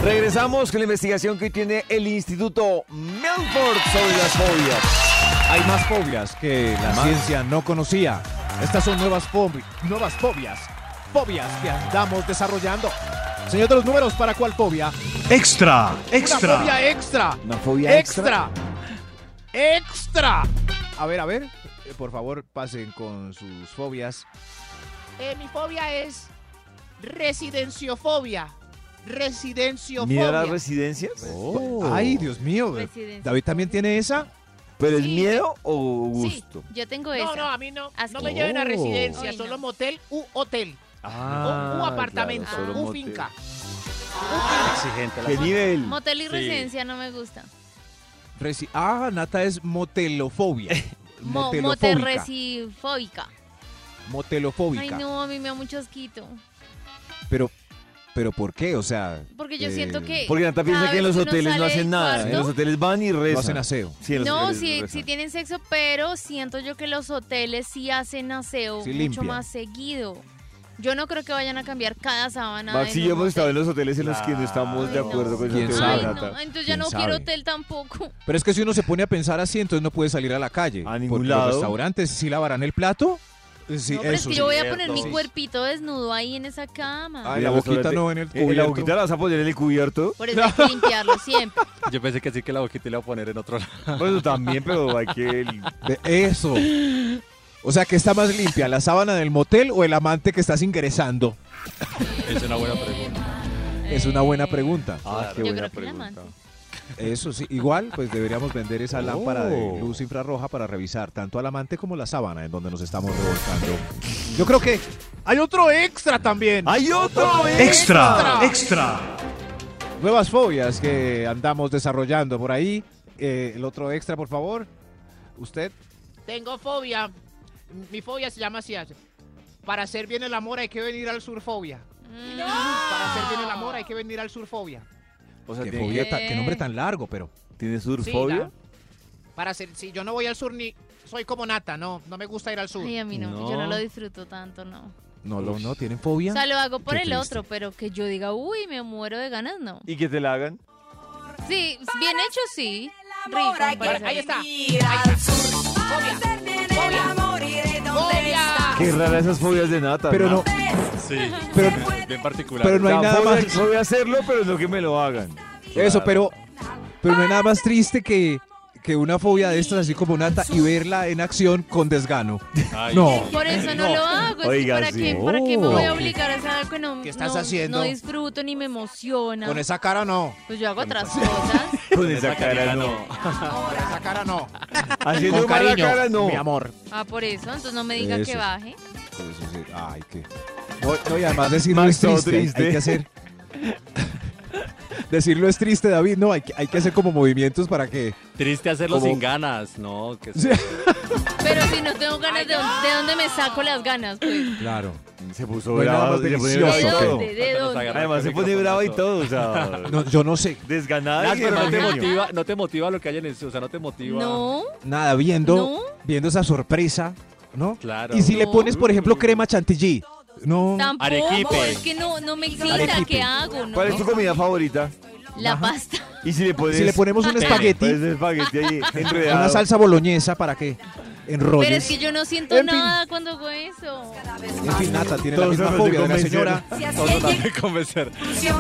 Speaker 2: Regresamos con la investigación que hoy tiene el Instituto Milford sobre las fobias.
Speaker 6: Hay más fobias que la
Speaker 2: Más.
Speaker 6: ciencia no conocía. Estas son nuevas, fobi- nuevas fobias. Fobias que andamos desarrollando. Señor de los números, ¿para cuál fobia?
Speaker 11: Extra,
Speaker 6: Una
Speaker 2: e-
Speaker 6: fobia extra.
Speaker 2: Una fobia
Speaker 6: extra. Extra. A ver, a ver. eh, Por favor, pasen con sus fobias.
Speaker 9: Eh, mi fobia es residenciofobia. Residenciofobia.
Speaker 2: ¿Miedo a las residencias?
Speaker 6: Oh. Ay, Dios mío. eh,
Speaker 1: Residencia.
Speaker 6: David también tiene esa.
Speaker 2: ¿Pero es miedo o gusto?
Speaker 1: Yo tengo esa.
Speaker 9: No, no, a mí no. No me
Speaker 1: Asqueroso.
Speaker 9: lleven a
Speaker 2: Oh.
Speaker 9: residencia,
Speaker 1: Ay, no.
Speaker 9: solo motel u hotel.
Speaker 2: Ah,
Speaker 9: u apartamento,
Speaker 2: claro, solo
Speaker 9: u
Speaker 2: motel.
Speaker 9: finca.
Speaker 2: Exigente. ¿Qué nivel?
Speaker 1: Motel y
Speaker 6: Sí.
Speaker 1: residencia no me gusta.
Speaker 6: Resi- ah, Nata es motelofobia.
Speaker 1: Mo
Speaker 6: Motelofóbica.
Speaker 1: moterrecifóbica. Ay,
Speaker 6: Motelofóbica.
Speaker 1: no, a mí me da mucho asquito.
Speaker 6: Pero, pero ¿por qué? O sea. eh,
Speaker 1: Porque yo siento que
Speaker 2: Porque Nata piensa
Speaker 1: cada
Speaker 2: que en
Speaker 1: vez
Speaker 2: los
Speaker 1: uno
Speaker 2: hoteles
Speaker 1: sale
Speaker 2: no hacen
Speaker 1: del
Speaker 2: nada.
Speaker 1: cuarto-
Speaker 2: En los hoteles van y rezan.
Speaker 6: hacen aseo.
Speaker 2: Sí, en los
Speaker 1: No,
Speaker 2: hoteles
Speaker 1: sí,
Speaker 2: rezan.
Speaker 1: sí tienen sexo, pero siento yo que los hoteles sí hacen aseo
Speaker 2: Sí
Speaker 1: mucho
Speaker 2: limpian.
Speaker 1: más seguido. Yo no creo que vayan a cambiar cada sábana.
Speaker 2: Max
Speaker 1: en
Speaker 2: y
Speaker 1: un
Speaker 2: yo hemos
Speaker 1: hotel.
Speaker 2: estado en los hoteles en los que no estamos de
Speaker 1: Ay, no.
Speaker 2: acuerdo con
Speaker 6: ¿Quién
Speaker 2: esa teoría,
Speaker 1: Ay,
Speaker 6: sabe?
Speaker 1: no,
Speaker 2: Nata.
Speaker 1: entonces ya
Speaker 6: ¿Quién
Speaker 1: no
Speaker 6: sabe?
Speaker 1: quiero hotel tampoco.
Speaker 6: Pero es que si uno se pone a pensar así, entonces no puede salir a la calle. A ningún
Speaker 2: lado.
Speaker 6: Los restaurantes sí lavarán el plato. Sí,
Speaker 1: no, pero es
Speaker 6: eso
Speaker 1: que
Speaker 6: sí.
Speaker 1: yo voy a poner mi
Speaker 6: Sí.
Speaker 1: cuerpito desnudo ahí en esa cama.
Speaker 6: Ay, la boquita no en el
Speaker 2: Eh, La
Speaker 6: cubierto.
Speaker 2: boquita la vas a poner en el cubierto.
Speaker 1: Por eso hay que limpiarlo siempre.
Speaker 12: Yo pensé que sí que la boquita le iba a poner en otro lado.
Speaker 2: Bueno, Pues también, pero hay que...
Speaker 6: De- Eso. O sea, ¿qué está más limpia? ¿La sábana del motel o el amante que estás ingresando?
Speaker 12: Es una buena pregunta.
Speaker 6: Es una buena pregunta.
Speaker 2: Ah,
Speaker 1: Yo creo que la amante.
Speaker 6: Eso sí, igual, pues deberíamos vender esa lámpara
Speaker 2: Oh.
Speaker 6: de luz infrarroja para revisar tanto al amante como la sábana en donde nos estamos revolcando. Yo creo que hay otro extra también.
Speaker 2: Hay otro
Speaker 11: Extra, extra.
Speaker 6: Nuevas fobias que andamos desarrollando por ahí. Eh, el otro extra, por favor. Usted.
Speaker 9: Tengo fobia. Mi fobia se llama así. hace. Para hacer bien el amor hay que venir al surfobia.
Speaker 1: Mm.
Speaker 9: Para hacer bien el amor hay que venir al surfobia.
Speaker 2: O sea,
Speaker 6: qué,
Speaker 2: tiene-
Speaker 6: fobia tan- qué
Speaker 1: Eh.
Speaker 6: nombre tan largo, pero.
Speaker 2: ¿Tienes
Speaker 9: Sí,
Speaker 2: surfobia?
Speaker 9: la- para hacer, si yo no voy al sur ni soy como Nata, no, no me gusta ir al sur.
Speaker 1: Ay, a mí no, yo no lo disfruto tanto, no.
Speaker 6: No, lo, no, tienen fobia.
Speaker 1: O sea, lo hago por
Speaker 6: Qué
Speaker 1: el
Speaker 6: triste.
Speaker 1: otro, pero que yo diga, uy, me muero de ganas, no.
Speaker 2: ¿Y que te la hagan?
Speaker 1: Sí, bien hecho, sí.
Speaker 5: amor
Speaker 1: Rico,
Speaker 5: hay que
Speaker 1: pues,
Speaker 9: Ahí está.
Speaker 5: Fobia.
Speaker 9: Fobia.
Speaker 2: Qué raras esas fobias de nata.
Speaker 6: Pero no-
Speaker 4: Sí,
Speaker 6: Pero-
Speaker 4: bien, bien particular.
Speaker 6: pero no hay
Speaker 2: O sea,
Speaker 6: nada
Speaker 2: fobia-
Speaker 6: más.
Speaker 2: fobia hacerlo, pero no que me lo hagan.
Speaker 6: Eso, pero, pero no hay nada más triste que, que una fobia de estas, así como nata, y verla en acción con desgano.
Speaker 4: Ay.
Speaker 6: No.
Speaker 1: Por eso no,
Speaker 6: No.
Speaker 1: lo hago. es que
Speaker 6: Oiga,
Speaker 1: ¿para,
Speaker 6: sí.
Speaker 1: qué, ¿Para qué me
Speaker 6: Oh.
Speaker 1: voy a obligar a hacer algo que no,
Speaker 11: ¿Qué estás
Speaker 1: no-
Speaker 11: haciendo?
Speaker 1: no disfruto ni me emociona?
Speaker 11: Con esa cara no.
Speaker 1: Pues yo hago otras cosas.
Speaker 2: Con esa cara no.
Speaker 11: esa cara no.
Speaker 2: Haciendo
Speaker 11: Con
Speaker 2: mala
Speaker 11: cariño,
Speaker 2: cara no.
Speaker 11: mi amor.
Speaker 1: Ah, por eso. Entonces no me diga que
Speaker 6: Eso.
Speaker 1: baje.
Speaker 6: Pero eso sí, Ay, qué. No, no, y además decirlo
Speaker 2: Max,
Speaker 6: es
Speaker 2: todo
Speaker 6: triste. hay-
Speaker 2: triste.
Speaker 6: Hay que hacer. Decirlo es triste, David. No, hay que, hay que hacer como movimientos para que.
Speaker 4: Triste hacerlo
Speaker 6: Como-
Speaker 4: sin ganas, ¿no? Que
Speaker 1: Pero si no tengo ganas, ¿de, dónde- de dónde me saco las ganas? Pues.
Speaker 6: Claro.
Speaker 2: Se puso
Speaker 6: No hay nada
Speaker 2: bravo,
Speaker 6: más
Speaker 2: se pone bravo
Speaker 6: delicioso
Speaker 2: y
Speaker 6: que-
Speaker 2: todo.
Speaker 1: ¿De, de dónde?
Speaker 2: Además se pone brava y todo, o sea,
Speaker 6: No, yo no sé.
Speaker 2: desganada.
Speaker 4: Nada,
Speaker 2: y
Speaker 4: pero no te
Speaker 2: demás.
Speaker 4: motiva, no te motiva lo que hay en el o sea, no te motiva.
Speaker 1: No.
Speaker 6: Nada, viendo,
Speaker 1: No.
Speaker 6: viendo esa sorpresa, ¿no?
Speaker 4: Claro.
Speaker 6: Y si le
Speaker 1: No.
Speaker 6: pones, por ejemplo, crema chantilly. No.
Speaker 1: Tampoco.
Speaker 4: Arequipe.
Speaker 1: Es que no, no me excita.
Speaker 6: Arequipe.
Speaker 1: ¿Qué hago? No,
Speaker 2: ¿Cuál es tu comida favorita?
Speaker 1: La pasta.
Speaker 2: Y si le pones,
Speaker 6: Si le ponemos un
Speaker 2: Pene.
Speaker 6: espagueti.
Speaker 2: Pones un espagueti ahí enredado.
Speaker 6: Una salsa boloñesa para que
Speaker 1: Pero es
Speaker 6: enrolles.
Speaker 1: que yo no siento
Speaker 6: En fin.
Speaker 1: nada cuando hago eso.
Speaker 6: En fin, Nata tiene la
Speaker 2: Todos
Speaker 6: misma
Speaker 2: tratan de
Speaker 6: fobia de la
Speaker 2: convencer.
Speaker 6: señora.
Speaker 4: Todos tratan de convencer.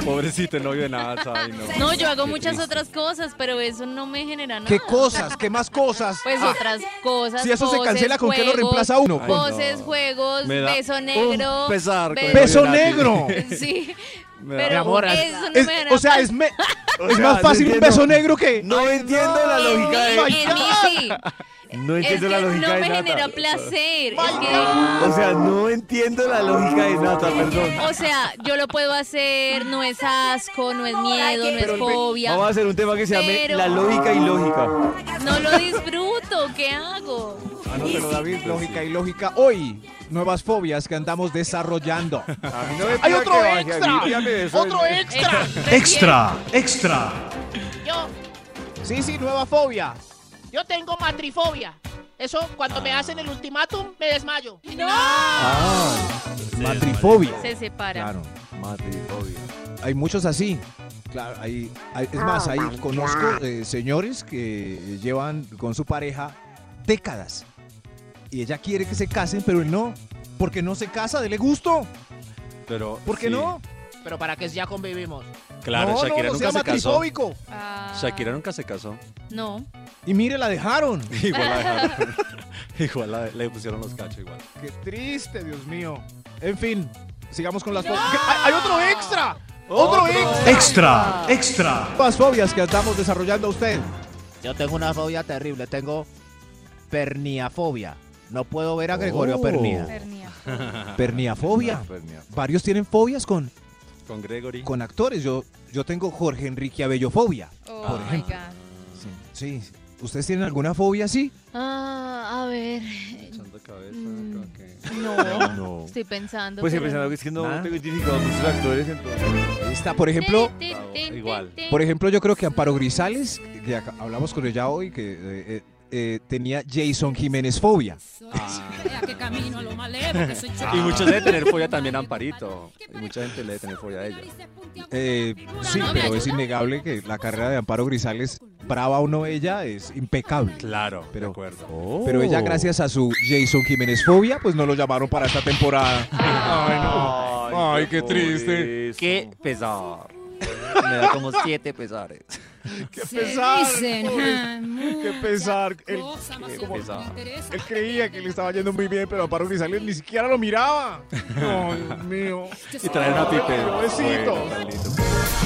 Speaker 4: Pobrecito, no vive nada, ¿sabes? No.
Speaker 1: No, yo hago
Speaker 4: Qué
Speaker 1: muchas
Speaker 4: triste.
Speaker 1: otras cosas, pero eso no me genera nada.
Speaker 6: ¿Qué cosas? ¿Qué más cosas?
Speaker 1: Pues
Speaker 6: Ah,
Speaker 1: otras cosas.
Speaker 6: Si eso se
Speaker 1: poses,
Speaker 6: cancela, ¿con qué lo
Speaker 1: juegos,
Speaker 6: reemplaza uno? Ay, no.
Speaker 1: Poses, juegos,
Speaker 4: Me da
Speaker 1: beso
Speaker 4: un
Speaker 1: negro.
Speaker 4: pesar con
Speaker 1: be-
Speaker 4: el
Speaker 6: ¡Peso
Speaker 4: novio nazi.
Speaker 6: negro!
Speaker 1: Sí.
Speaker 4: Me da-
Speaker 1: Pero
Speaker 4: Mi amor,
Speaker 1: eso no
Speaker 6: Es-
Speaker 1: me genera
Speaker 6: o sea,
Speaker 1: paz.
Speaker 6: es, me-
Speaker 2: O
Speaker 6: es
Speaker 2: sea,
Speaker 6: más
Speaker 2: no
Speaker 6: fácil un
Speaker 2: entiendo.
Speaker 6: beso negro que.
Speaker 2: No entiendo la
Speaker 1: En
Speaker 2: lógica
Speaker 1: mí,
Speaker 2: de
Speaker 1: en mí sí.
Speaker 2: No
Speaker 1: Es
Speaker 2: entiendo
Speaker 1: que
Speaker 2: la
Speaker 1: no
Speaker 2: lógica
Speaker 1: me
Speaker 2: de Nata.
Speaker 1: genera placer. Es que,
Speaker 2: O sea, no entiendo la lógica de Nata, perdón.
Speaker 1: o sea, yo lo puedo hacer, no es asco, no es miedo, no es fobia.
Speaker 2: Vamos a hacer un tema que se llame
Speaker 1: Pero-
Speaker 2: La lógica y lógica.
Speaker 1: No lo disfruto, ¿qué hago?
Speaker 6: Anótelo, Ah, David, lógica y lógica. Hoy, nuevas fobias que andamos desarrollando.
Speaker 11: ¡Hay otro extra! ¡Otro extra! Extra, extra.
Speaker 9: Yo,
Speaker 6: Sí, sí, nueva fobia.
Speaker 9: yo tengo matrifobia. Eso, cuando me hacen el ultimátum, me desmayo. ¡No!
Speaker 6: Matrifobia.
Speaker 1: Se separa.
Speaker 6: Claro. Hay muchos así. Claro, hay, hay- es más, ahí conozco eh, señores que llevan con su pareja décadas. Y ella quiere que se casen, pero él no. Porque no se casa, dele gusto.
Speaker 4: Pero,
Speaker 6: ¿Por qué
Speaker 4: sí,
Speaker 6: no?
Speaker 9: Pero para que ya convivimos.
Speaker 4: Claro,
Speaker 6: no,
Speaker 4: Shakira
Speaker 6: no, no
Speaker 4: nunca
Speaker 6: sea
Speaker 4: se casó.
Speaker 6: matrifóbico.
Speaker 1: Ah,
Speaker 4: Shakira nunca se casó.
Speaker 1: No.
Speaker 6: Y mire, la dejaron.
Speaker 4: Igual la dejaron. Igual la- le pusieron los cachos igual.
Speaker 6: Qué triste, Dios mío. En fin, sigamos con las fobias. ¿Qué? ¡Hay, hay otro extra! ¡Otro, extra!
Speaker 11: Extra, extra.
Speaker 6: Más fobias que estamos desarrollando a usted.
Speaker 9: Yo tengo una fobia terrible. Tengo perniafobia. No puedo ver a Gregorio
Speaker 6: Oh.
Speaker 9: Pernía.
Speaker 1: Pernía.
Speaker 6: Perniafobia. Varios tienen fobias con,
Speaker 4: Con Gregory.
Speaker 6: con actores. Yo, yo tengo Jorge Enrique Abellofobia.
Speaker 1: Oh
Speaker 6: Por
Speaker 1: my
Speaker 6: ejemplo.
Speaker 1: God.
Speaker 6: Sí. sí. ¿Ustedes tienen alguna fobia así?
Speaker 1: Ah, a ver.
Speaker 4: Echando cabeza.
Speaker 1: Mm.
Speaker 4: como que-
Speaker 1: No.
Speaker 2: No.
Speaker 1: Estoy pensando.
Speaker 2: Pues
Speaker 1: pero
Speaker 2: empezando que es que no
Speaker 6: Nada.
Speaker 2: tengo identificado a muchos actores, entonces.
Speaker 6: Está, por ejemplo,
Speaker 1: Tin, tin, tin,
Speaker 4: Igual.
Speaker 1: tin,
Speaker 6: por
Speaker 1: tin.
Speaker 6: ejemplo, yo creo que Amparo Grisales, que acá- hablamos con ella hoy, que eh, eh, eh, tenía Jason Jiménez fobia.
Speaker 3: Ah.
Speaker 6: Ah.
Speaker 4: Y muchos deben tener fobia también a Amparito. Y mucha gente le debe tener fobia a ella.
Speaker 6: Eh, sí, pero es innegable que la carrera de Amparo Grisales, brava o no ella, es impecable.
Speaker 4: Claro,
Speaker 6: Pero-
Speaker 4: de acuerdo. Oh.
Speaker 6: Pero ella, gracias a su Jason Jiménez fobia, pues no lo llamaron para esta temporada. Ay, no. Ay, qué triste.
Speaker 4: Qué pesar. Me da como siete pesares.
Speaker 6: Qué pesar. Qué pesar. Él,
Speaker 4: Qué pesar.
Speaker 6: él creía que le estaba yendo muy bien, pero Amparo Grisales ni siquiera lo miraba. No, Dios mío.
Speaker 12: Este
Speaker 4: Y traer una pipe.
Speaker 6: Ay, besito.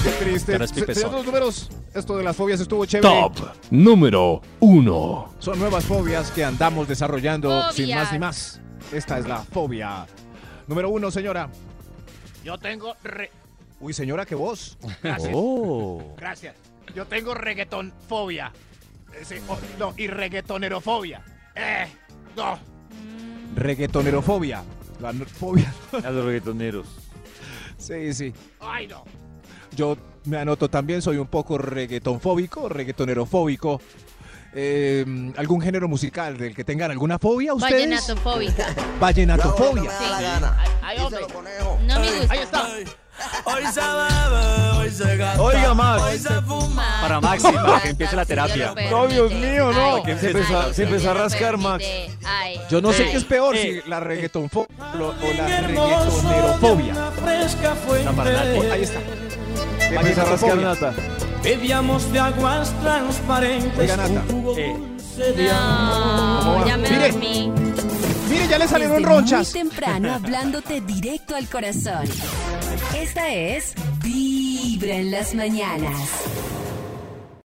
Speaker 6: Qué triste.
Speaker 4: Pero es pipezón.
Speaker 6: Señor de los números, esto de las fobias estuvo chévere.
Speaker 8: Top número 1.
Speaker 6: Son nuevas fobias que andamos desarrollando sin
Speaker 1: Fobias.
Speaker 6: más ni más. Esta es la fobia. Número uno, señora.
Speaker 9: Yo tengo re-
Speaker 6: Uy, señora, qué voz.
Speaker 9: Gracias.
Speaker 4: Oh.
Speaker 9: Gracias. Yo tengo reggaetonfobia. Eh, sí, oh, no, y reggaetonerofobia. Eh, no.
Speaker 6: Reggaetonerofobia. La no- fobia.
Speaker 2: A los reggaetoneros.
Speaker 6: Sí, sí.
Speaker 9: Ay, no.
Speaker 6: Yo me anoto también, soy un poco reggaetonfóbico, reggaetonerofóbico. Eh, ¿Algún género musical del que tengan alguna fobia ustedes?
Speaker 1: Vallenatofóbica.
Speaker 6: Vallenatofobia.
Speaker 1: Sí.
Speaker 9: Ay, ay, hombre.
Speaker 1: No me gusta.
Speaker 9: Ahí está.
Speaker 6: Hoy se bebe, hoy se gasta.
Speaker 2: Oiga, Max.
Speaker 6: Hoy se fuma.
Speaker 9: Para Maxi, para que empiece la terapia.
Speaker 2: No, Dios mío, no.
Speaker 9: Ay,
Speaker 2: se empezó, a-
Speaker 9: ay,
Speaker 2: se empezó a
Speaker 9: ay,
Speaker 2: rascar, Max.
Speaker 1: Yo no sé
Speaker 2: Ay.
Speaker 1: qué es peor,
Speaker 2: Eh,
Speaker 1: si la reggaetonfobia o la
Speaker 6: hermoso
Speaker 1: reggaetonerofobia.
Speaker 6: Fresca
Speaker 1: parada.
Speaker 6: fuente.
Speaker 1: Ahí está.
Speaker 2: Se empezó a rascar
Speaker 1: Reggaetonfobia.
Speaker 2: nata.
Speaker 6: Bebíamos de aguas transparentes.
Speaker 1: Oiga, Nata.
Speaker 6: un jugo dulce de amor.
Speaker 5: No, ya me
Speaker 6: Mire,
Speaker 5: dormí.
Speaker 1: Mire, ya le
Speaker 5: salieron
Speaker 1: ronchas.
Speaker 5: Muy temprano hablándote directo al corazón. Esta es Vibra en las mañanas.